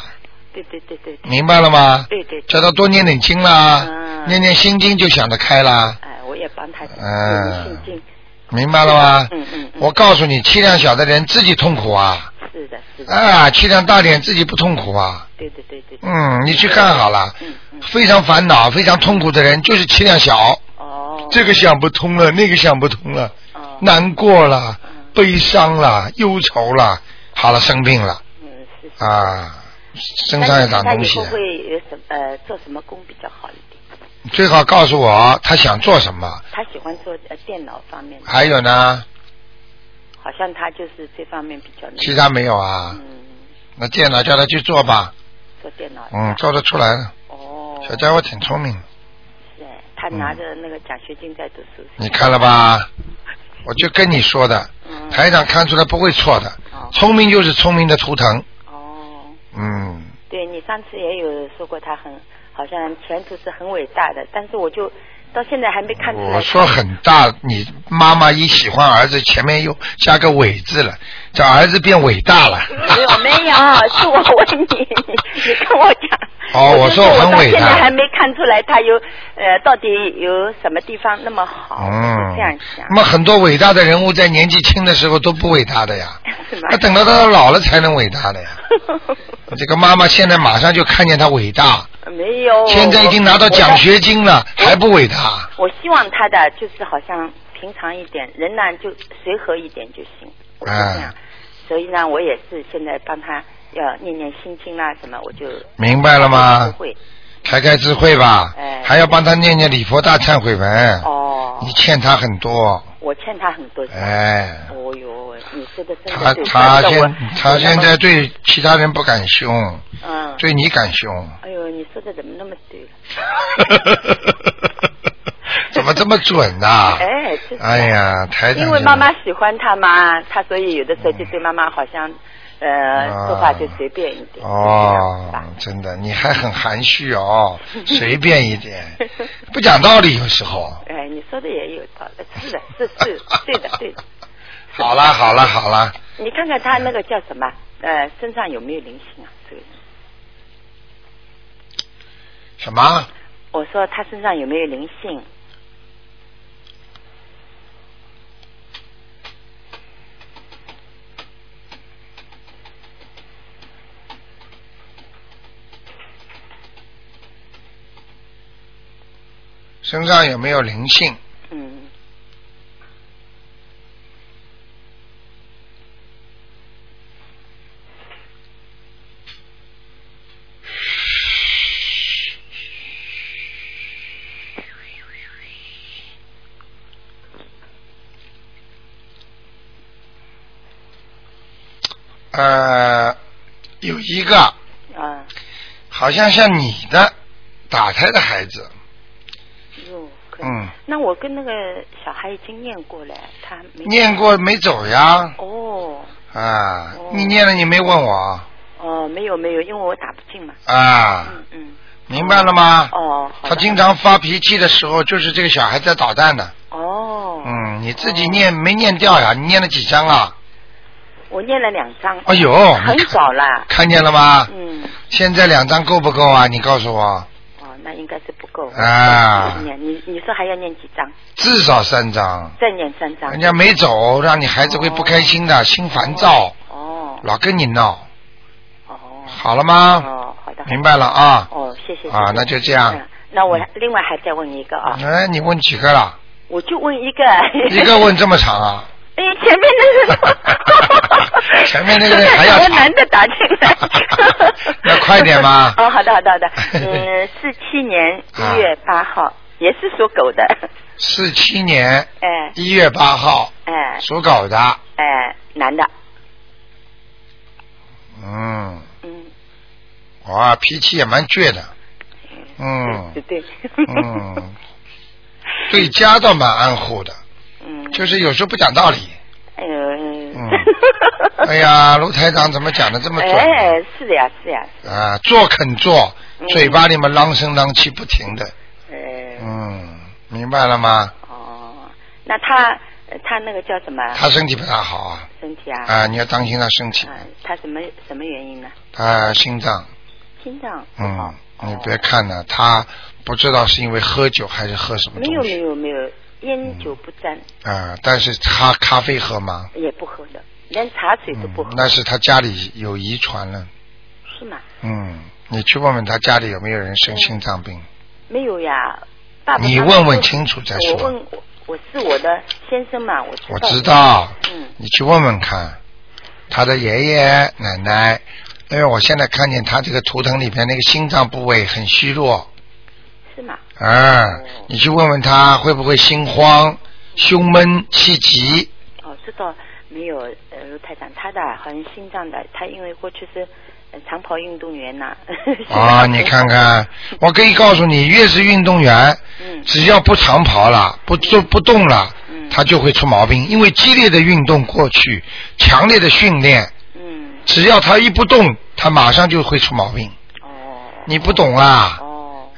E: 对对对对对
A: 明白了吗？
E: 对对，
A: 叫他多念点经啦，
E: 嗯
A: 念念心经就想得开啦，
E: 哎，我也帮他
A: 嗯
E: 信心，
A: 明白了吗？
E: 嗯嗯嗯
A: 我告诉你，气量小的人自己痛苦啊，
E: 是的是的，
A: 啊，气量大点自己不痛苦啊。
E: 对对对对，对
A: 嗯，你去看好了，
E: 嗯嗯，
A: 非常烦恼、非常痛苦的人就是气量小，
E: 哦，
A: 这个想不通了，那个想不通了，
E: 哦，
A: 难过了
E: 嗯、
A: 悲伤了、忧愁了，好了，生病了
E: 嗯是是，
A: 啊，身
E: 那
A: 上要
E: 你看
A: 长
E: 他
A: 东
E: 以
A: 西啊
E: 后，会有什么呃做什么工比较好一点？
A: 最好告诉我他想做什么。
E: 他喜欢做呃电脑方面的，
A: 还有呢，
E: 好像他就是这方面比较那
A: 其
E: 个，
A: 他没有啊？
E: 嗯，
A: 那电脑叫他去做吧，
E: 做电脑，
A: 嗯，做得出来的，
E: 哦，
A: 小家伙挺聪明，
E: 是哎，他拿着那个奖学金在读书。
A: 你看了吧？我就跟你说的，
E: 嗯，
A: 台长看出来不会错的，
E: 哦
A: 聪明就是聪明的图腾，
E: 哦，
A: 嗯。
E: 对你上次也有说过他很，好像前途是很伟大的，但是我就到现在还没看出来。
A: 我说很大，你妈妈一喜欢儿子，前面又加个伟字了，这儿子变伟大 了。
E: 没有没 有，是我问你，你你跟我讲。
A: 哦我
E: 就
A: 说
E: 我
A: 很
E: 到
A: 伟
E: 现在
A: 大
E: 还没看出来他有呃到底有什么地方那么好，我
A: 嗯
E: 是这样想，
A: 那么很多伟大的人物在年纪轻的时候都不伟大的呀，
E: 是
A: 那
E: 吗？
A: 等到他老了才能伟大的 呀。这个妈妈现在马上就看见他伟大，
E: 没有。
A: 现在已经拿到奖
E: 哦我。
A: 学金了，还不伟大？
E: 我希望他的就是好像平常一点，人呢就随和一点就行。我是这样，
A: 嗯
E: 所以呢，我也是现在帮他要念念心经啦、什么，我就
A: 明白了
E: 不
A: 吗？
E: 会
A: 开开智慧吧
E: 哎，
A: 还要帮他念念礼佛大忏悔文。
E: 哦，
A: 你欠他很多，
E: 我欠他很多。
A: 哎。
E: 哦哟，你说的真
A: 他
E: 的对，
A: 他
E: 真的
A: 现
E: 我
A: 他现在对其他人不敢凶，
E: 嗯，
A: 对你敢凶，
E: 哎呦，你说的怎么那么对了？
A: 怎么这么准呐、
E: 哎，真是
A: 哎呀，台长，
E: 因为妈妈喜欢他嘛，他所以有的时候就对妈妈好像呃说话就随便一点，就这样子
A: 啊哦
E: 吧，
A: 真的，你还很含蓄 哦，随便一点，不讲道理，有时候。
E: 哎，你说的也有道理，是的，是是，对的，对的。
A: 好啦，好啦，好啦，
E: 你看看他那个叫什么，呃，身上有没有灵性啊？这个人
A: 什么？
E: 我说他身上有没有灵性？
A: 身上有没有灵性？
E: 嗯，
A: 呃，有一个
E: 啊，
A: 好像像你的打胎的孩子，
E: 哟，可以。
A: 嗯，
E: 那我跟那个小孩已经念过了，他没
A: 念。过没走呀？
E: 哦
A: 啊
E: 哦，
A: 你念了你没问我
E: 哦，没有没有，因为我打不进嘛。
A: 啊？
E: 嗯嗯。
A: 明白了吗？
E: 哦，
A: 他
E: 好的
A: 经常发脾气的时候，就是这个小孩在捣蛋的。
E: 哦，
A: 嗯，你自己念没念掉呀？你念了几张啊？
E: 我念了两张。
A: 哎呦，
E: 哦很
A: 你看
E: 早啦。
A: 看见了吗？
E: 嗯，
A: 现在两张够不够啊？你告诉我，
E: 哦，那应该是不够。
A: 啊
E: 念你你说还要念几张？
A: 至少三张。
E: 再念三张。
A: 人家没走，让你孩子会不开心的，心烦躁，
E: 哦
A: 老跟你闹，
E: 哦
A: 好了吗？
E: 哦，好的。
A: 明白了啊？
E: 哦，谢谢。
A: 啊
E: 谢谢
A: 那就这样
E: 嗯那我另外还再问一个啊，
A: 哎，你问几个 了？
E: 我就问一个。
A: 一个问这么长啊？，
E: 哎，前面那 个
A: 前面那个还要，
E: 有个男的打进来
A: 那快点吧
E: 哦，好的，好的，好的。嗯，四七年一月八号，
A: 嗯
E: 也是属狗的。
A: 四七年
E: 哎
A: 一月八号，
E: 哎
A: 属狗的，
E: 哎，男的，
A: 嗯，
E: 嗯，
A: 哇，脾气也蛮倔的，嗯
E: 对对对，
A: 嗯，对家倒蛮安护的，
E: 嗯，
A: 就是有时候不讲 道理。
E: 哎呦，嗯
A: 嗯，哎呀，卢台长怎么讲的这么准？
E: 哎，是的呀，是的呀，
A: 啊，做肯做，
E: 嗯
A: 嘴巴里面囔声囔气不停的。
E: 哎，
A: 嗯，明白了吗？
E: 哦，那他呃他那个叫什么
A: 他身体不大好啊，
E: 身体啊？
A: 啊，你要当心他身体，
E: 嗯，他什么什么原因呢？
A: 他心脏，
E: 心脏不好
A: 嗯，你别看了，他不知道是因为喝酒还是喝什么
E: 没有
A: 东
E: 没
A: 西
E: 有没有，烟酒不沾，
A: 啊，但是他咖啡喝吗？
E: 也不喝的，连茶水都不
A: 嗯
E: 喝，，
A: 那是他家里有遗传了，
E: 是吗？
A: 嗯，你去问问他家里有没有人生心脏病，
E: 没有呀，爸爸。
A: 你
E: 妈妈
A: 问
E: 都
A: 问清楚再说
E: 我问我我是我的先生嘛，我知道。
A: 我知。道，
E: 嗯
A: 你去问问看，他的爷爷奶奶，因为我现在看见他这个图腾里边那个心脏部位很虚弱，
E: 是吗？
A: 啊，
E: 哦
A: 你去问问他会不会心慌、胸闷、气急，
E: 哦，这倒没有。呃，卢台长，他的好像心脏的，他因为过去是呃长跑运动员呐。
A: 啊，你看看，我可以告诉你，越是运动员，
E: 嗯
A: 只要不长跑了，不做不动了，
E: 嗯
A: 他就会出毛病。因为激烈的运动过去，强烈的训练，
E: 嗯
A: 只要他一不动，他马上就会出毛病。
E: 哦
A: 你不懂啊？
E: 哦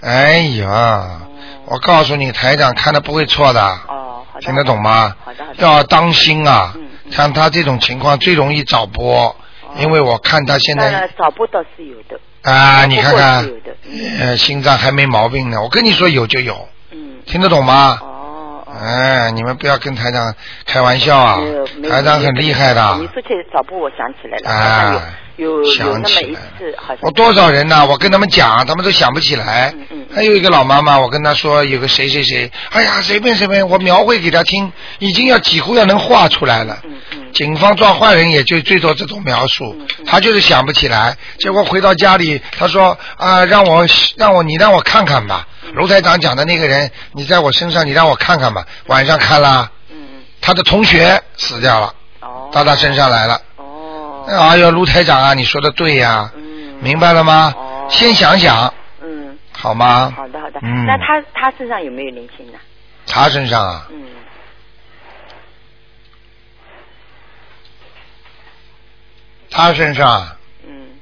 A: 哎呀，我告诉你，台长看的不会错的，
E: 哦，好的。
A: 听得懂吗？
E: 好的好的。
A: 要当心啊！
E: 嗯嗯哦
A: 像他这种情况最容易早搏，因为我看他现
E: 当然
A: 在
E: 早播倒是有的。
A: 啊，你看看
E: 不过是有的，
A: 呃，心脏还没毛病呢。我跟你说有就有，
E: 嗯。
A: 听得懂吗？
E: 哦哦。
A: 哎，你们不要跟台长开玩笑啊
E: 没有！没有哦
A: 台长很厉害的。
E: 你说起早步，我想起来了，好
A: 啊
E: 像有有有
A: 想
E: 那么
A: 起
E: 一
A: 来了
E: 次，好像
A: 我哦多少人呢、我跟他们讲，他们都想不起来。
E: 嗯嗯嗯
A: 还有一个老妈妈，我跟她说有个谁谁谁，哎呀，随便随便，我描绘给她听，已经要几乎要能画出来了。
E: 嗯嗯
A: 警方抓坏人也就最多这种描述
E: 嗯，嗯
A: 她就是想不起来。结果回到家里，她说啊，让我让我你让我看看吧，
E: 嗯
A: 卢台长讲的那个人，你在我身上，你让我看看吧。晚上看了，
E: 嗯
A: 她的同学死掉了，
E: 哦
A: 到她身上来了。
E: 哦
A: 哎呦，卢台长啊，你说的对呀、
E: 嗯
A: 明白了吗？
E: 哦
A: 先想想，
E: 嗯
A: 好吗？
E: 好的好的，
A: 嗯，
E: 那他他身上有没有灵性呢？
A: 他身上啊，
E: 嗯
A: 他身上啊，
E: 嗯，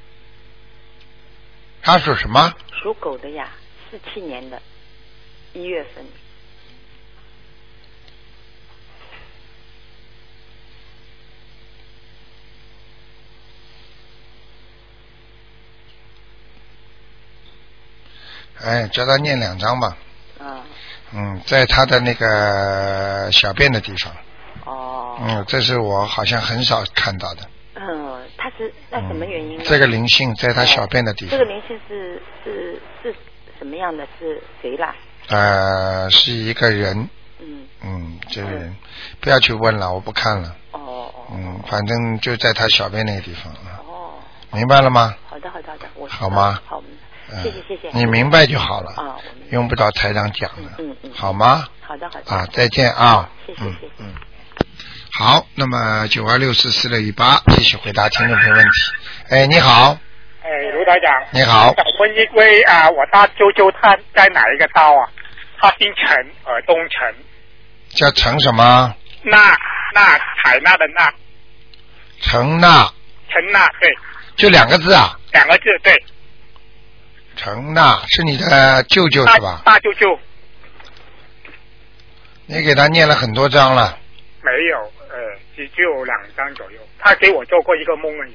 A: 他属什么？
E: 属狗的呀，四七年的，一月份，
A: 哎，叫他念两张吧。
E: 嗯，
A: 嗯，在他的那个小便的地方。
E: 哦，
A: 嗯，这是我好像很少看到的。
E: 嗯，他是那什么原因
A: 嗯
E: 呢？哦
A: 这个灵性在他小便的地
E: 这
A: 方
E: 个，灵性是是是什么样的？是谁啦？
A: 呃，是一个人，
E: 嗯，
A: 嗯，这个人，不要去问了，我不看了，
E: 哦哦
A: 嗯，反正就在他小便那个地方，嗯
E: 哦，
A: 明白了吗？
E: 好的好的好的，我知道
A: 好吗
E: 好，
A: 嗯
E: 谢谢谢谢。
A: 你明白就好了，
E: 啊，我明白。
A: 用不着台长讲的，
E: 嗯嗯，
A: 好吗？
E: 好的好的
A: 啊，再见啊，
E: 谢谢
A: 嗯
E: 谢谢
A: 嗯。好，那么九二六四四六一八继续回答听众朋友问题。哎，你好，
G: 哎，卢台长，
A: 你好，
G: 想问一位啊，我大舅舅他在哪一个道啊？他姓陈，呃，东陈，
A: 叫陈什么？
G: 纳纳采纳的纳，
A: 陈娜，
G: 陈纳对，
A: 就两个字啊。
G: 两个字对。
A: 陈娜是你的舅舅
G: 大
A: 是吧？
G: 大舅舅
A: 你给他念了很多章了，
G: 没有，呃，只只有两张左右。他给我做过一个梦而已。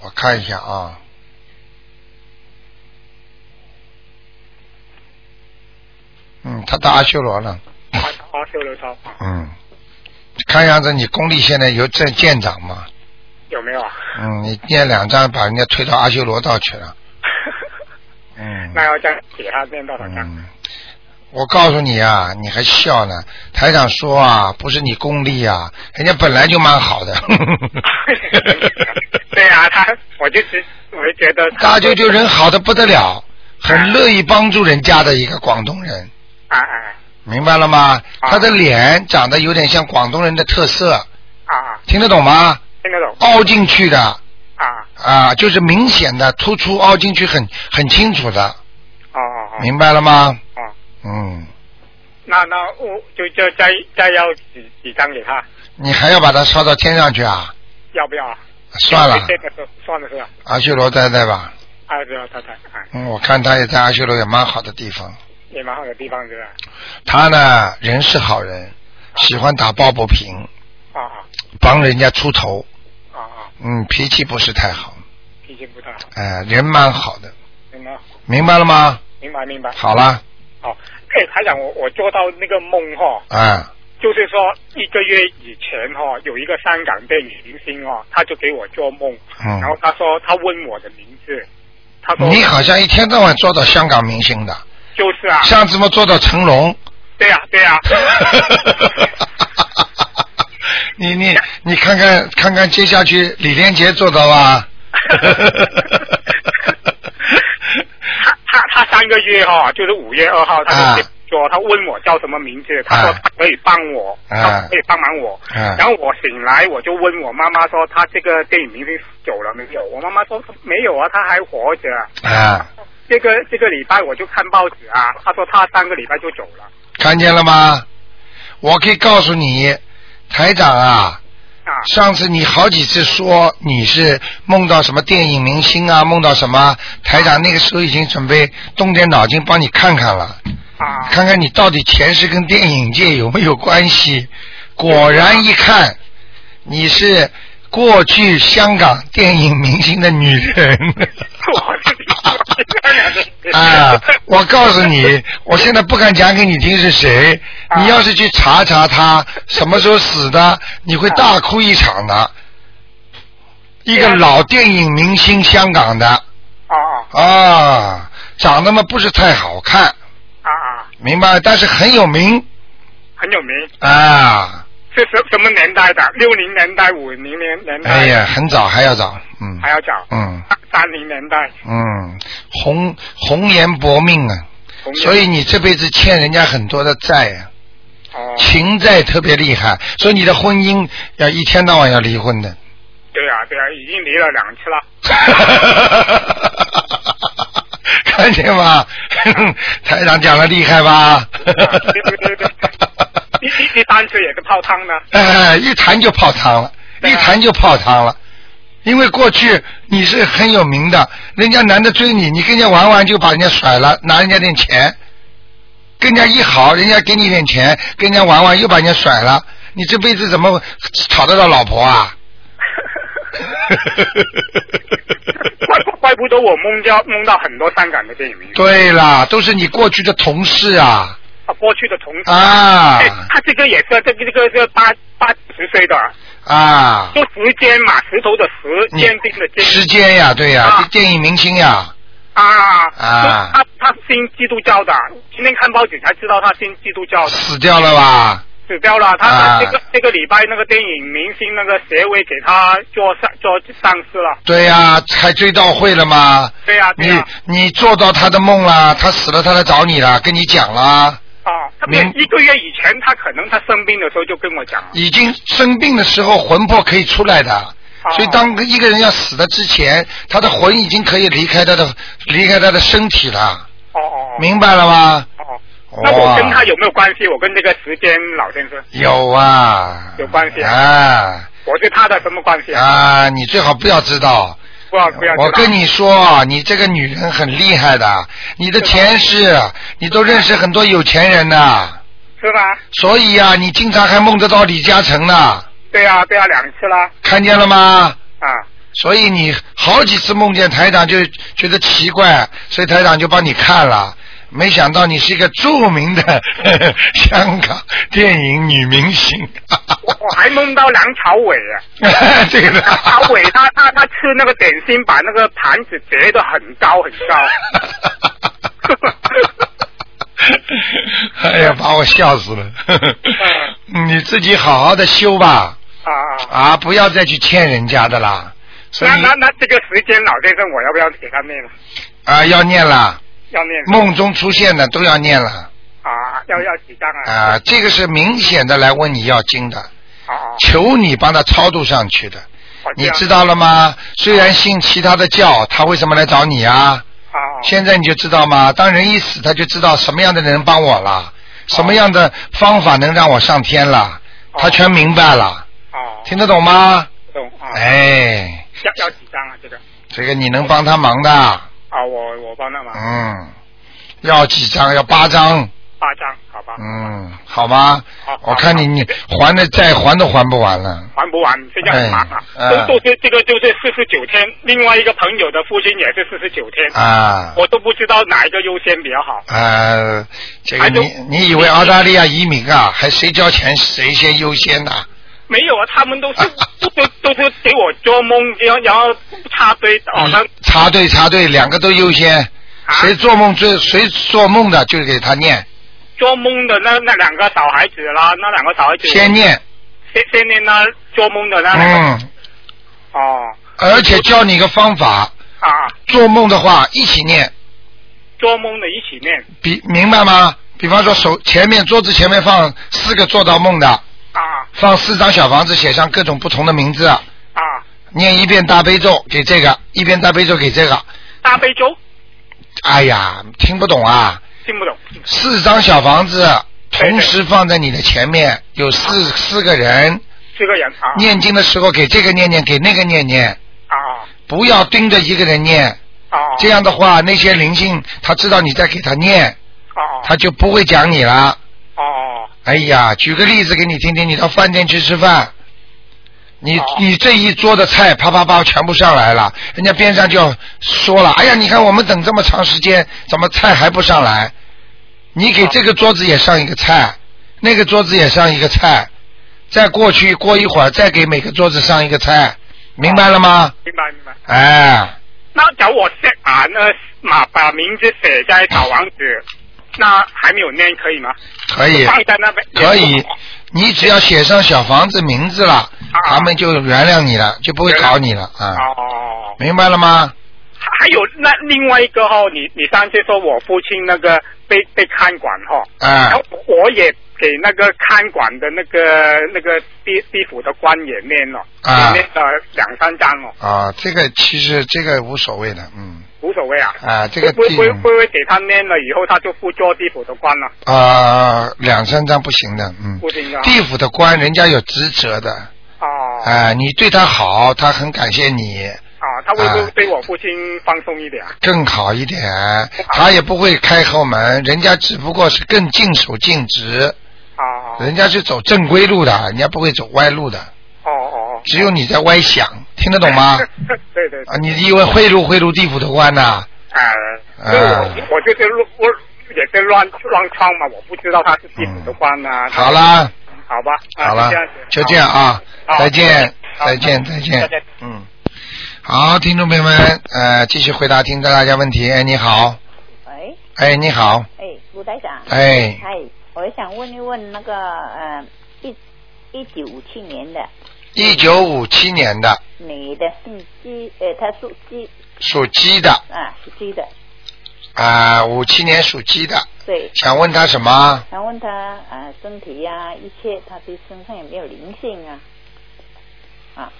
A: 我看一下啊。嗯，他到阿修罗了。
G: 啊，哦，修罗超
A: 嗯，看样子你功力现在有在见长嘛。
G: 有没有啊？
A: 嗯，你念两章把人家推到阿修罗道去 了。嗯。
G: 那要这样给他念多少张？
A: 嗯，我告诉你啊，你还笑呢。台长说啊，不是你功力啊，人家本来就蛮好的。
G: 对啊，他我就只我就觉得他
A: 大舅舅人好的不得了，很乐意帮助人家的一个广东人，
G: 啊啊
A: 明白了吗？
G: 啊
A: 他的脸长得有点像广东人的特色，
G: 啊啊，
A: 听得懂吗？
G: 听得懂
A: 凹进去的
G: 啊？
A: 啊，就是明显的突出，凹进去很很清楚的，
G: 哦哦哦。
A: 明白了吗？
G: 哦
A: 嗯，
G: 那那我就就再再要几几张给他，
A: 你还要把它烧到天上去啊？
G: 要不要啊？
A: 算了，
G: 这个是算了是吧？
A: 阿修罗在在吧？
G: 啊，知道太太，啊，
A: 嗯，我看他也在阿修罗也蛮好的地方。
G: 也蛮好的地方是吧？
A: 他呢，人是好人，喜欢打抱不平，
G: 啊啊
A: 帮人家出头。
G: 啊啊，
A: 嗯，脾气不是太好，
G: 脾气不太好，
A: 哎、人蛮好的，
G: 明白
A: 明白了吗？
G: 明白明白。
A: 好了，
G: 好，哎，台长，我我做到那个梦哈、
A: 啊、
G: 就是说一个月以前哈、有一个香港的女明星哦，她就给我做梦，
A: 嗯
G: 然后她说她问我的名字，她说
A: 你好像一天到晚做到香港明星的，
G: 就是啊，
A: 上次嘛做到成龙，
G: 对啊 对啊，
A: 你你你看看看看接下去李连杰做到吧。
G: 他他他三个月哈、就是五月二号，他就
A: 啊
G: 说他问我叫什么名字，他说
A: 啊
G: 他可以帮我，
A: 啊
G: 他可以帮忙我。
A: 啊
G: 然后我醒来，我就问我妈妈说，他这个电影明星走了没有？我妈妈说没有啊，他还活着。
A: 啊，
G: 这个这个礼拜我就看报纸啊，他说他三个礼拜就走了
A: 看见了吗？我可以告诉你，台长啊，
G: 啊
A: 上次你好几次说你是梦到什么电影明星啊，梦到什么台长，那个时候已经准备动点脑筋帮你看看了，
G: 啊
A: 看看你到底前世跟电影界有没有关系。果然一看，你是过去香港电影明星的女人。
G: 我自己说
A: 啊！
G: 哦
A: 我告诉你，我现在不敢讲给你听是谁。
G: 啊
A: 你要是去查查他什么时候死的，你会大哭一场的。一个老电影明星，香港的
G: 啊啊
A: 啊，长得嘛不是太好看，
G: 啊啊，
A: 明白？但是很有名
G: 很有名，
A: 啊。
G: 是什什么年代的？六零年代、五零年年代。
A: 哎呀，很早还要早，嗯
G: 还要找
A: 嗯
G: 三零年代，
A: 嗯，红红颜薄命啊，
G: 红
A: 所以你这辈子欠人家很多的债啊。
G: 哦，
A: 情债特别厉害，所以你的婚姻要一天到晚要离婚的。
G: 对啊对啊，已经离了两次了，
A: 看见吗？ 台长讲的厉害吧？
G: 啊对对 对对， 第第第三次也是泡汤呢，
A: 哎，一谈就泡汤了，一谈就泡汤了。因为过去你是很有名的，人家男的追你，你跟人家玩玩就把人家甩了，拿人家点钱，跟人家一好，人家给你点钱，跟人家玩玩又把人家甩了，你这辈子怎么讨得到老婆啊？
G: 怪怪不得我梦到梦到很多香港的电影明星
A: 对啦，都是你过去的同事啊
G: 啊，过去的同事
A: 啊
G: 哎他这个也是这个这个这个八八十岁的，
A: 啊
G: 就，时间嘛，石头的石，
A: 你
G: 坚定的坚，
A: 时间呀，对呀、
G: 啊
A: 电影明星呀，
G: 啊
A: 啊
G: 他他信基督教的，啊今天看报纸才知道他信基督教的，
A: 死掉了吧？
G: 死掉了。他
A: 啊
G: 他这个、这个礼拜那个电影明星那个协会给他做上做上市了。
A: 对呀、开追悼会了吗？
G: 对呀、对啊
A: 你
G: 呀、
A: 你做到他的梦啦，他死了他来找你了，跟你讲啦，
G: 啊，他
A: 明
G: 一个月以前，他可能他生病的时候就跟我讲了。
A: 已经生病的时候魂魄可以出来的。
G: 哦
A: 所以，当一个人要死的之前，他的魂已经可以离开他的离开他的身体了，
G: 哦哦哦，
A: 明白了吗？
G: 哦，那我跟他有没有关系？我跟这个时间老先生，
A: 有啊，
G: 有关系
A: 啊
G: 我对他的什么关系？
A: 啊！你最好不要知道。
G: 不要不要知道。
A: 我跟你说，你这个女人很厉害的，你的前世你都认识很多有钱人呐、
G: 是吧？
A: 所以呀、你经常还梦得到李嘉诚呢，
G: 对呀、对呀、啊两次啦。
A: 看见了吗？
G: 啊，
A: 所以你好几次梦见台长就觉得奇怪，所以台长就帮你看了。没想到你是一个著名的 香港电影女明星，
G: 我还梦到梁朝伟啊，
A: 这 个
G: 梁朝伟他他他吃那个点心，把那个盘子叠得很高很 啊高。
A: 哎呀，把我笑死了！
G: 嗯
A: 你自己好好的修吧，
G: 啊啊！
A: 啊，不要再去欠人家的啦。所以
G: 那那那这个时间老先生，我要不要给他念了？
A: 啊，要念啦，
G: 要念
A: 梦中出现的都要念了
G: 啊，要要几张啊？
A: 啊，这个是明显的来问你要经的，
G: 啊啊！
A: 求你帮他超度上去的，
G: 哦
A: 你知
G: 这样
A: 道了吗？虽然信其他的教，他为什么来找你啊？
G: 啊？啊
A: 现在你就知道吗？当人一死，他就知道什么样的人帮我
G: 哦
A: 了，什么样的方法能让我上天了，他全明白了，
G: 哦，
A: 听得懂吗？
G: 懂啊？
A: 哎，
G: 要要几张啊？这个
A: 这个你能帮他忙的，
G: 啊，我我帮他忙
A: 嗯，要几张？要八张，
G: 八张，好吧？
A: 嗯，好吗
G: 哦好？
A: 我看你你还的债还都还不完了，
G: 还不完，这样很麻烦。
A: 哎
G: 都都是这个就是四十九天，另外一个朋友的父亲也是四十九天，
A: 啊，
G: 哎我都不知道哪一个优先比较好。
A: 呃，这个
G: 还有
A: 你你以为澳大利亚移民啊，还谁交钱谁先优先呐？
G: 没有啊，他们 都是都都都是给我做梦，然后然后插队，
A: 嗯
G: 好像
A: 插队插队，两个都优先。
G: 啊
A: 谁做梦最谁做梦的就给他念，
G: 做梦的那那两个小孩子啦，那两个小孩子
A: 先念，
G: 先先念那做梦的那两个、
A: 嗯，
G: 哦
A: 而且教你一个方法，
G: 啊，
A: 做梦的话一起念，
G: 做梦的一起念
A: 比明白吗？比方说手前面桌子前面放四个做到梦的，
G: 啊
A: 放四张小房子，写上各种不同的名字，
G: 啊，
A: 念一遍大悲咒给这个，一遍大悲咒给这个。
G: 大悲咒
A: 哎呀，听不懂啊！
G: 听不懂
A: 四张小房子
G: 对
A: 同时放在你的前面，有四四个人，
G: 这个人啊
A: 念经的时候给这个念念，给那个念念，
G: 啊
A: 不要盯着一个人念。
G: 啊
A: 这样的话，那些灵性他知道你在给他念，
G: 啊
A: 他就不会讲你了。
G: 哦
A: 哎呀，举个例子给你听听，你到饭店去吃饭，你
G: 哦
A: 你这一桌的菜啪啪啪全部上来了，人家边上就说了，哎呀，你看我们等这么长时间，怎么菜还不上来？你给这个桌子也上一个菜，那个桌子也上一个菜，再过去过一会儿再给每个桌子上一个菜，明白了吗？
G: 明白明白。
A: 哎，
G: 那假如我写啊，那把把名字写在小王子，那还没有念可以吗？
A: 可以。
G: 放在那边
A: 可以
G: 也不好，
A: 你只要写上小房子名字了，
G: 啊
A: 他们就原谅你了，就不会搞你了啊，
G: 哦，
A: 明白了吗？
G: 还有那另外一个哦，你你上次说我父亲那个被被看管哦，
A: 啊
G: 然后我也给那个看管的那个那个地地府的官也念了，
A: 啊
G: 也念了两三张哦，
A: 啊，这个其实这个无所谓的，嗯
G: 无所谓啊。
A: 啊，这个
G: 会
A: 地
G: 会会不会给他念了以后，他就不做地府的官了？
A: 啊两三张不行的，嗯，
G: 不行的。啊
A: 地府的官人家有职责的，
G: 哦
A: 啊，你对他好，他很感谢你，
G: 啊，他会不
A: 啊
G: 会对我父亲放松一点啊？
A: 更好一点，他也不会开后门，人家只不过是更尽守尽职，
G: 啊，
A: 人家是走正规路的，人家不会走歪路的，
G: 哦哦哦，
A: 只有你在歪想，听得懂
G: 哎
A: 吗？
G: 对对，
A: 啊，你以为贿赂贿赂地府的官呐、
G: 哎、
A: 啊
G: 所以我我就是乱我也在乱乱唱嘛，我不知道他是地府的官呐、
A: 好，啦，
G: 啊好吧，啊
A: 好了
G: 这样子，
A: 就这样啊
G: 好
A: 再见
G: 好
A: 再见再见
G: 再见。
A: 嗯，好，听众朋友们，呃，继续回答听大家问题。哎，你好，
E: 喂，
A: 哎，你好，
E: 哎，卢台长，
A: 哎，
E: 哎，我想问一问那个呃，一一九五七年的
A: 一九五七年的
E: 女的姓姬，呃，她属鸡
A: 属鸡的
E: 啊，属鸡的，
A: 啊，五、七年属鸡的，
E: 对，
A: 想问他什么？
E: 想问她啊、呃身体呀、一切她的身上有没有灵性啊？啊，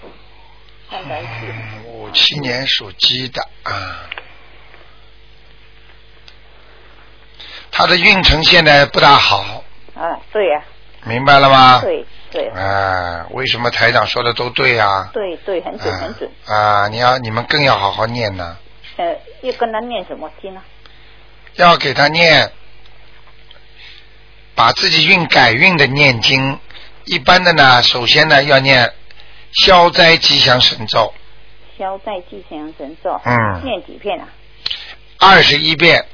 E: 看来是
A: 五七年属鸡的啊，他的运程现在不大好，
E: 啊，对呀、
A: 明白了吗？
E: 对对
A: 啊，为什么台长说的都对啊？
E: 对对，很准很准，
A: 啊，你要你们更要好好念呐，
E: 呃，要跟她念什么经啊？
A: 要给他念，把自己运改运的念经。一般的呢，首先呢要念消灾吉祥神咒，
E: 消灾吉祥神咒，
A: 嗯
E: 念几片啊？
A: 二十一遍。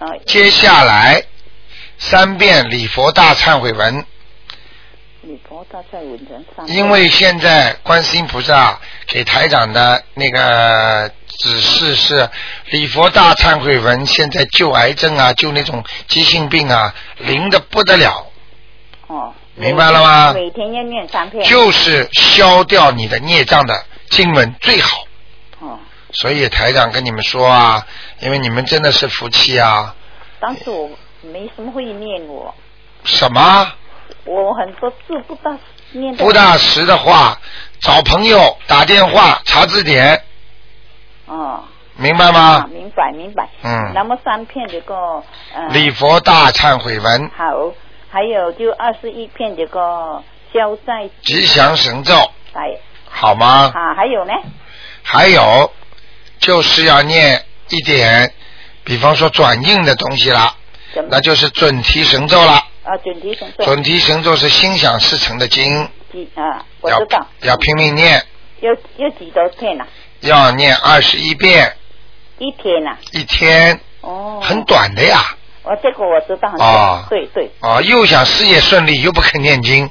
E: 啊，
A: 接下来三遍礼佛大忏悔文，
E: 李婆大在文人上，
A: 因为现在观世音菩萨给台长的那个指示是礼佛大忏悔文，现在救癌症啊，救那种急性病啊，灵的不得了，
E: 哦，
A: 明白了吗
E: 每天要念三遍，
A: 就是消掉你的孽障的经文最好。
E: 哦，
A: 所以台长跟你们说啊，因为你们真的是福气啊，
E: 当时我没什么会念我，
A: 什么？
E: 我很多字不大念得
A: 不大识的话，找朋友打电话查字典，
E: 哦
A: 明白吗？
E: 明白明白，
A: 啊嗯
E: 那么三片这个呃
A: 礼佛大忏悔文、
E: 好，还有就二十一片这个消灾
A: 吉祥神咒，
E: 哎
A: 好吗？
E: 啊，还有呢
A: 还有就是要念一点，比方说转印的东西啦，
E: 什么
A: 那就是准提神咒啦。
E: 啊准提神咒
A: 准提神咒是心想事成的经，
E: 几啊我
A: 要
E: 知道
A: 要拼命念，
E: 要要几多片啊？
A: 要念二十一遍，
E: 一天啊
A: 一天
E: 哦，
A: 很短的呀。
E: 哦这个我知道很
A: 哦
E: 对对
A: 啊，又想事业顺利，又不肯念经。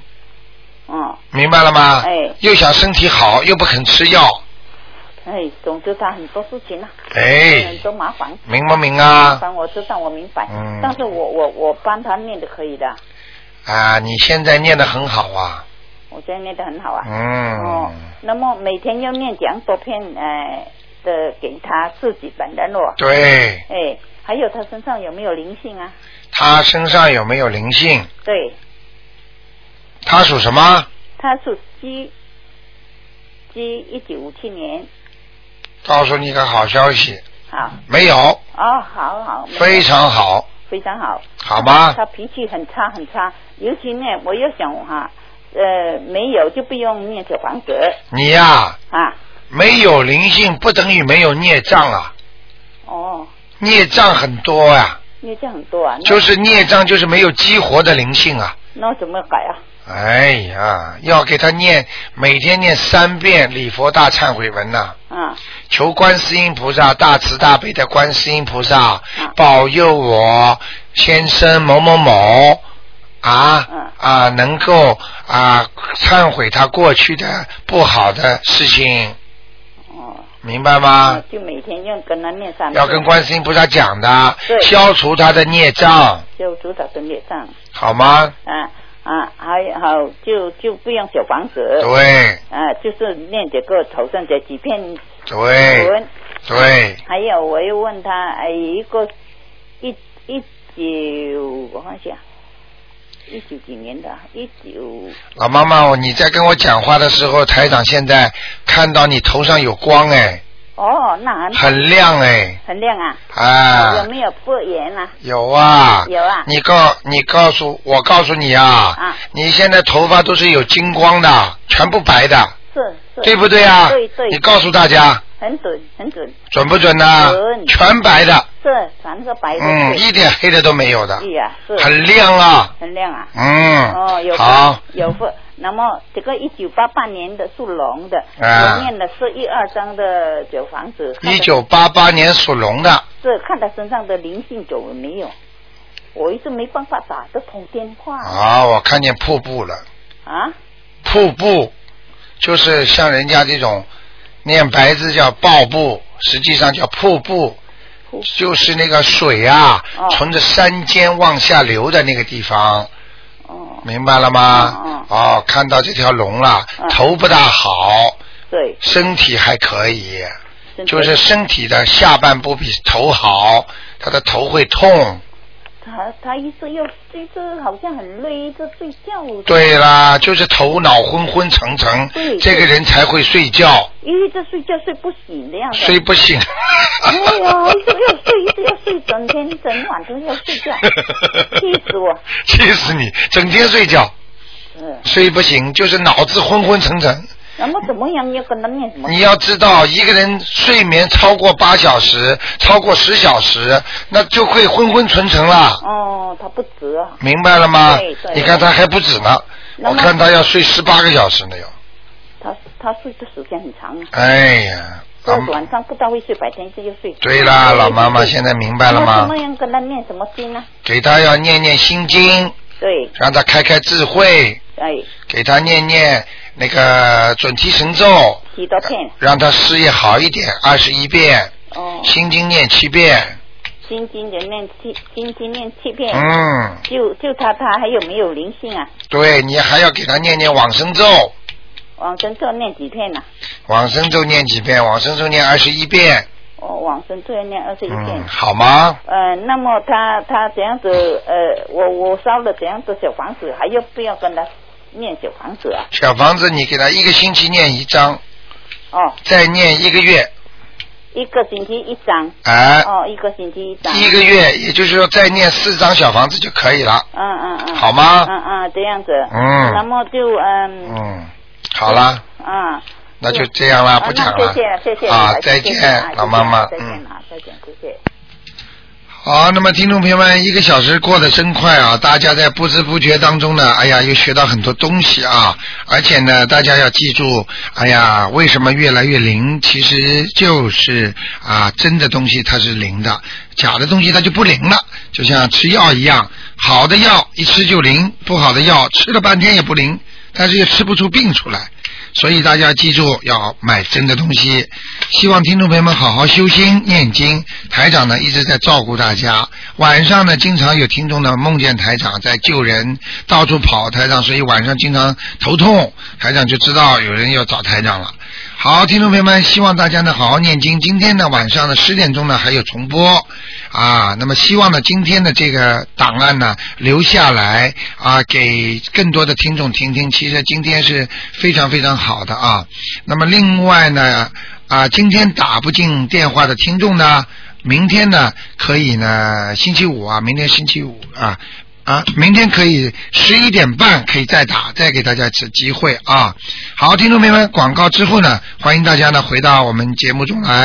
E: 嗯。
A: 明白了吗？
E: 哎
A: 又想身体好，又不肯吃药，
E: 哎，总之他很多事情啊，
A: 哎
E: 很，多麻烦。
A: 明不明
E: 麻
A: 啊？
E: 烦我知道，我明白。
A: 嗯
E: 但是我我我帮他念的可以的，
A: 啊，你现在念的很好啊，
E: 我觉得念的很好啊。
A: 嗯，
E: 哦，那么每天要念讲多篇呃的给他自己本人哦。
A: 对，
E: 哎，还有他身上有没有灵性啊？
A: 他身上有没有灵性？
E: 对，
A: 他属什么？
E: 他属鸡，鸡一九五七年。
A: 告诉你个好消息，
E: 好，
A: 没有，
E: 哦，好好，没有
A: 非啊常好，
E: 非常好。
A: 好吗？
E: 他脾气很差很差，尤其呢，我又想哈、呃，没有就不用念小房子
A: 你呀、
E: 啊。
A: 没有灵性不等于没有孽障啊，
E: 哦，
A: 孽障很多啊，
E: 孽障很多啊，那
A: 就是孽障就是没有激活的灵性啊。
E: 那我怎么改啊？
A: 哎呀，要给他念，每天念三遍礼佛大忏悔文呐、
E: 啊，
A: 求观世音菩萨大慈大悲的观世音菩萨
E: 嗯
A: 保佑我先生某某某啊
E: 嗯
A: 啊能够啊忏悔他过去的不好的事情，
E: 哦，
A: 明白
E: 那
A: 吗？
E: 就每天用跟他念三遍，
A: 啊要跟观世音菩萨讲的，
E: 嗯对
A: 消除他的孽障，
E: 就主导的孽障
A: 好吗？
E: 啊啊，还有好就就不用小房子，
A: 对
E: 啊，就是念这个头上这几片
A: 对
E: 文，
A: 对，
E: 还有我又问他，哎，一个一一九，我看一下，一九几年的，啊一九
A: 老妈妈，你在跟我讲话的时候，台长现在看到你头上有光哎，
E: 哦，那很
A: 很亮哎，
E: 很亮啊，
A: 啊
E: 有，没有复原啊？
A: 有啊，
E: 有啊
A: 你告你告诉我告诉你啊
E: 啊，
A: 你现在头发都是有金光的，全部白的，
E: 是是，
A: 对不对啊
E: 对？对，
A: 你告诉大家
E: 很准很准，
A: 准不准呢
E: 准？
A: 全白的，
E: 是全是白的，哎嗯
A: 嗯，一点黑的都没有的
E: 对，呀，是
A: 很亮啊，
E: 很亮啊。
A: 嗯
E: 哦，有，
A: 好，
E: 有复那么这个一九八八年的属龙的，
A: 啊
E: 我念的是一二张的小房子，看
A: 一
E: 他
A: 九八八年属龙的，
E: 是看他身上的灵性走了没有，我一直没办法打得通电话
A: 啊，我看见瀑布了，
E: 啊
A: 瀑布就是像人家这种念白字叫瀑布，实际上叫瀑布
E: 瀑布，
A: 就是那个水啊，
E: 哦
A: 从这山间往下流的那个地方。
E: 哦，
A: 明白了吗
E: 嗯？
A: 哦，看到这条龙了，
E: 嗯
A: 头不大好，
E: 对，
A: 身体还可以，
E: 真的
A: 就是身体的下半部比头好，他的头会
E: 嗯
A: 痛。
E: 他他一直又一直好像很累，一直睡觉，
A: 对啦，就是头脑昏昏沉沉
E: 对，
A: 这个人才会睡觉，
E: 一直睡觉睡不醒的样子。
A: 睡不醒。
E: 哎呀，一直要睡，一直要睡，整天整晚都要 睡觉，气死我！！
A: 气死你！整天睡觉，
E: 嗯，
A: 睡不醒，就是脑子昏昏沉沉。
E: 那么怎么样要跟他念什么？
A: 你要知道，一个人睡眠超过八小时，超过十小时，那就会昏昏沉沉了，
E: 哦，他不值啊。
A: 明白了吗
E: 对？对
A: 你看他还不止呢，
E: 那
A: 我
E: 么
A: 看他要睡十八个小时呢哟。
E: 他他睡的时间很长啊，
A: 哎呀，老
E: 到晚上不大会睡，白天就又睡。
A: 对啦，老妈妈现在明白了
E: 那
A: 吗
E: 怎？么样跟他念什么经呢？
A: 给他要念念心经，
E: 对，
A: 让他开开智慧，
E: 哎，
A: 给他念念那个准提神咒，
E: 几多片？
A: 让他事业好一点，二十一遍，
E: 哦，
A: 心经念七遍，
E: 心经的念七，心经念七片。
A: 嗯。
E: 就就他他还有没有灵性啊？
A: 对你还要给他念念往生咒，
E: 往生咒念几片呢、啊
A: 往生咒念几遍？往生咒念二十一遍，
E: 哦，往生咒要念二十一片。
A: 嗯，好吗？
E: 呃，那么他他怎样子呃，我我烧了怎样子小房子，还要不要跟他念小房子啊？
A: 小房子，你给他一个星期念一张，
E: 哦，
A: 再念一个月，
E: 一个星期一张，
A: 哎、
E: 哦，一个星期一张，
A: 一个月，也就是说再念四张小房子就可以了，
E: 嗯嗯嗯，
A: 好吗
E: 嗯嗯，这样子，
A: 啊嗯
E: 那么就嗯
A: 嗯，好啦，
E: 啊，
A: 那就这样啦，
E: 啊
A: 不
E: 那
A: 讲了，
E: 谢谢谢谢
A: 啊，
E: 谢
A: 再
E: 谢啊
A: 见，老
E: 谢谢
A: 妈妈
E: 啊，再见
A: 嗯。
E: 啊，再见，谢谢。
A: 好，那么听众朋友们，一个小时过得真快啊！大家在不知不觉当中呢，哎呀，又学到很多东西啊！而且呢，大家要记住，哎呀，为什么越来越灵？其实就是啊，真的东西它是灵的，假的东西它就不灵了。就像吃药一样，好的药一吃就灵，不好的药吃了半天也不灵，但是又吃不出病出来。所以大家记住要买真的东西。希望听众朋友们好好修心念经。台长呢一直在照顾大家，晚上呢经常有听众呢梦见台长在救人，到处跑台长，所以晚上经常头痛，台长就知道有人要找台长了。好，听众朋友们，希望大家呢好好念经。今天呢晚上呢十点钟呢还有重播啊，那么希望呢今天的这个档案呢留下来啊，给更多的听众听听。其实今天是非常非常好的啊。那么另外呢啊，今天打不进电话的听众呢，明天呢可以呢星期五啊，明天星期五啊。啊，明天可以十一点半可以再打，再给大家一次机会啊！好，听众朋友们，广告之后呢，欢迎大家呢回到我们节目中来。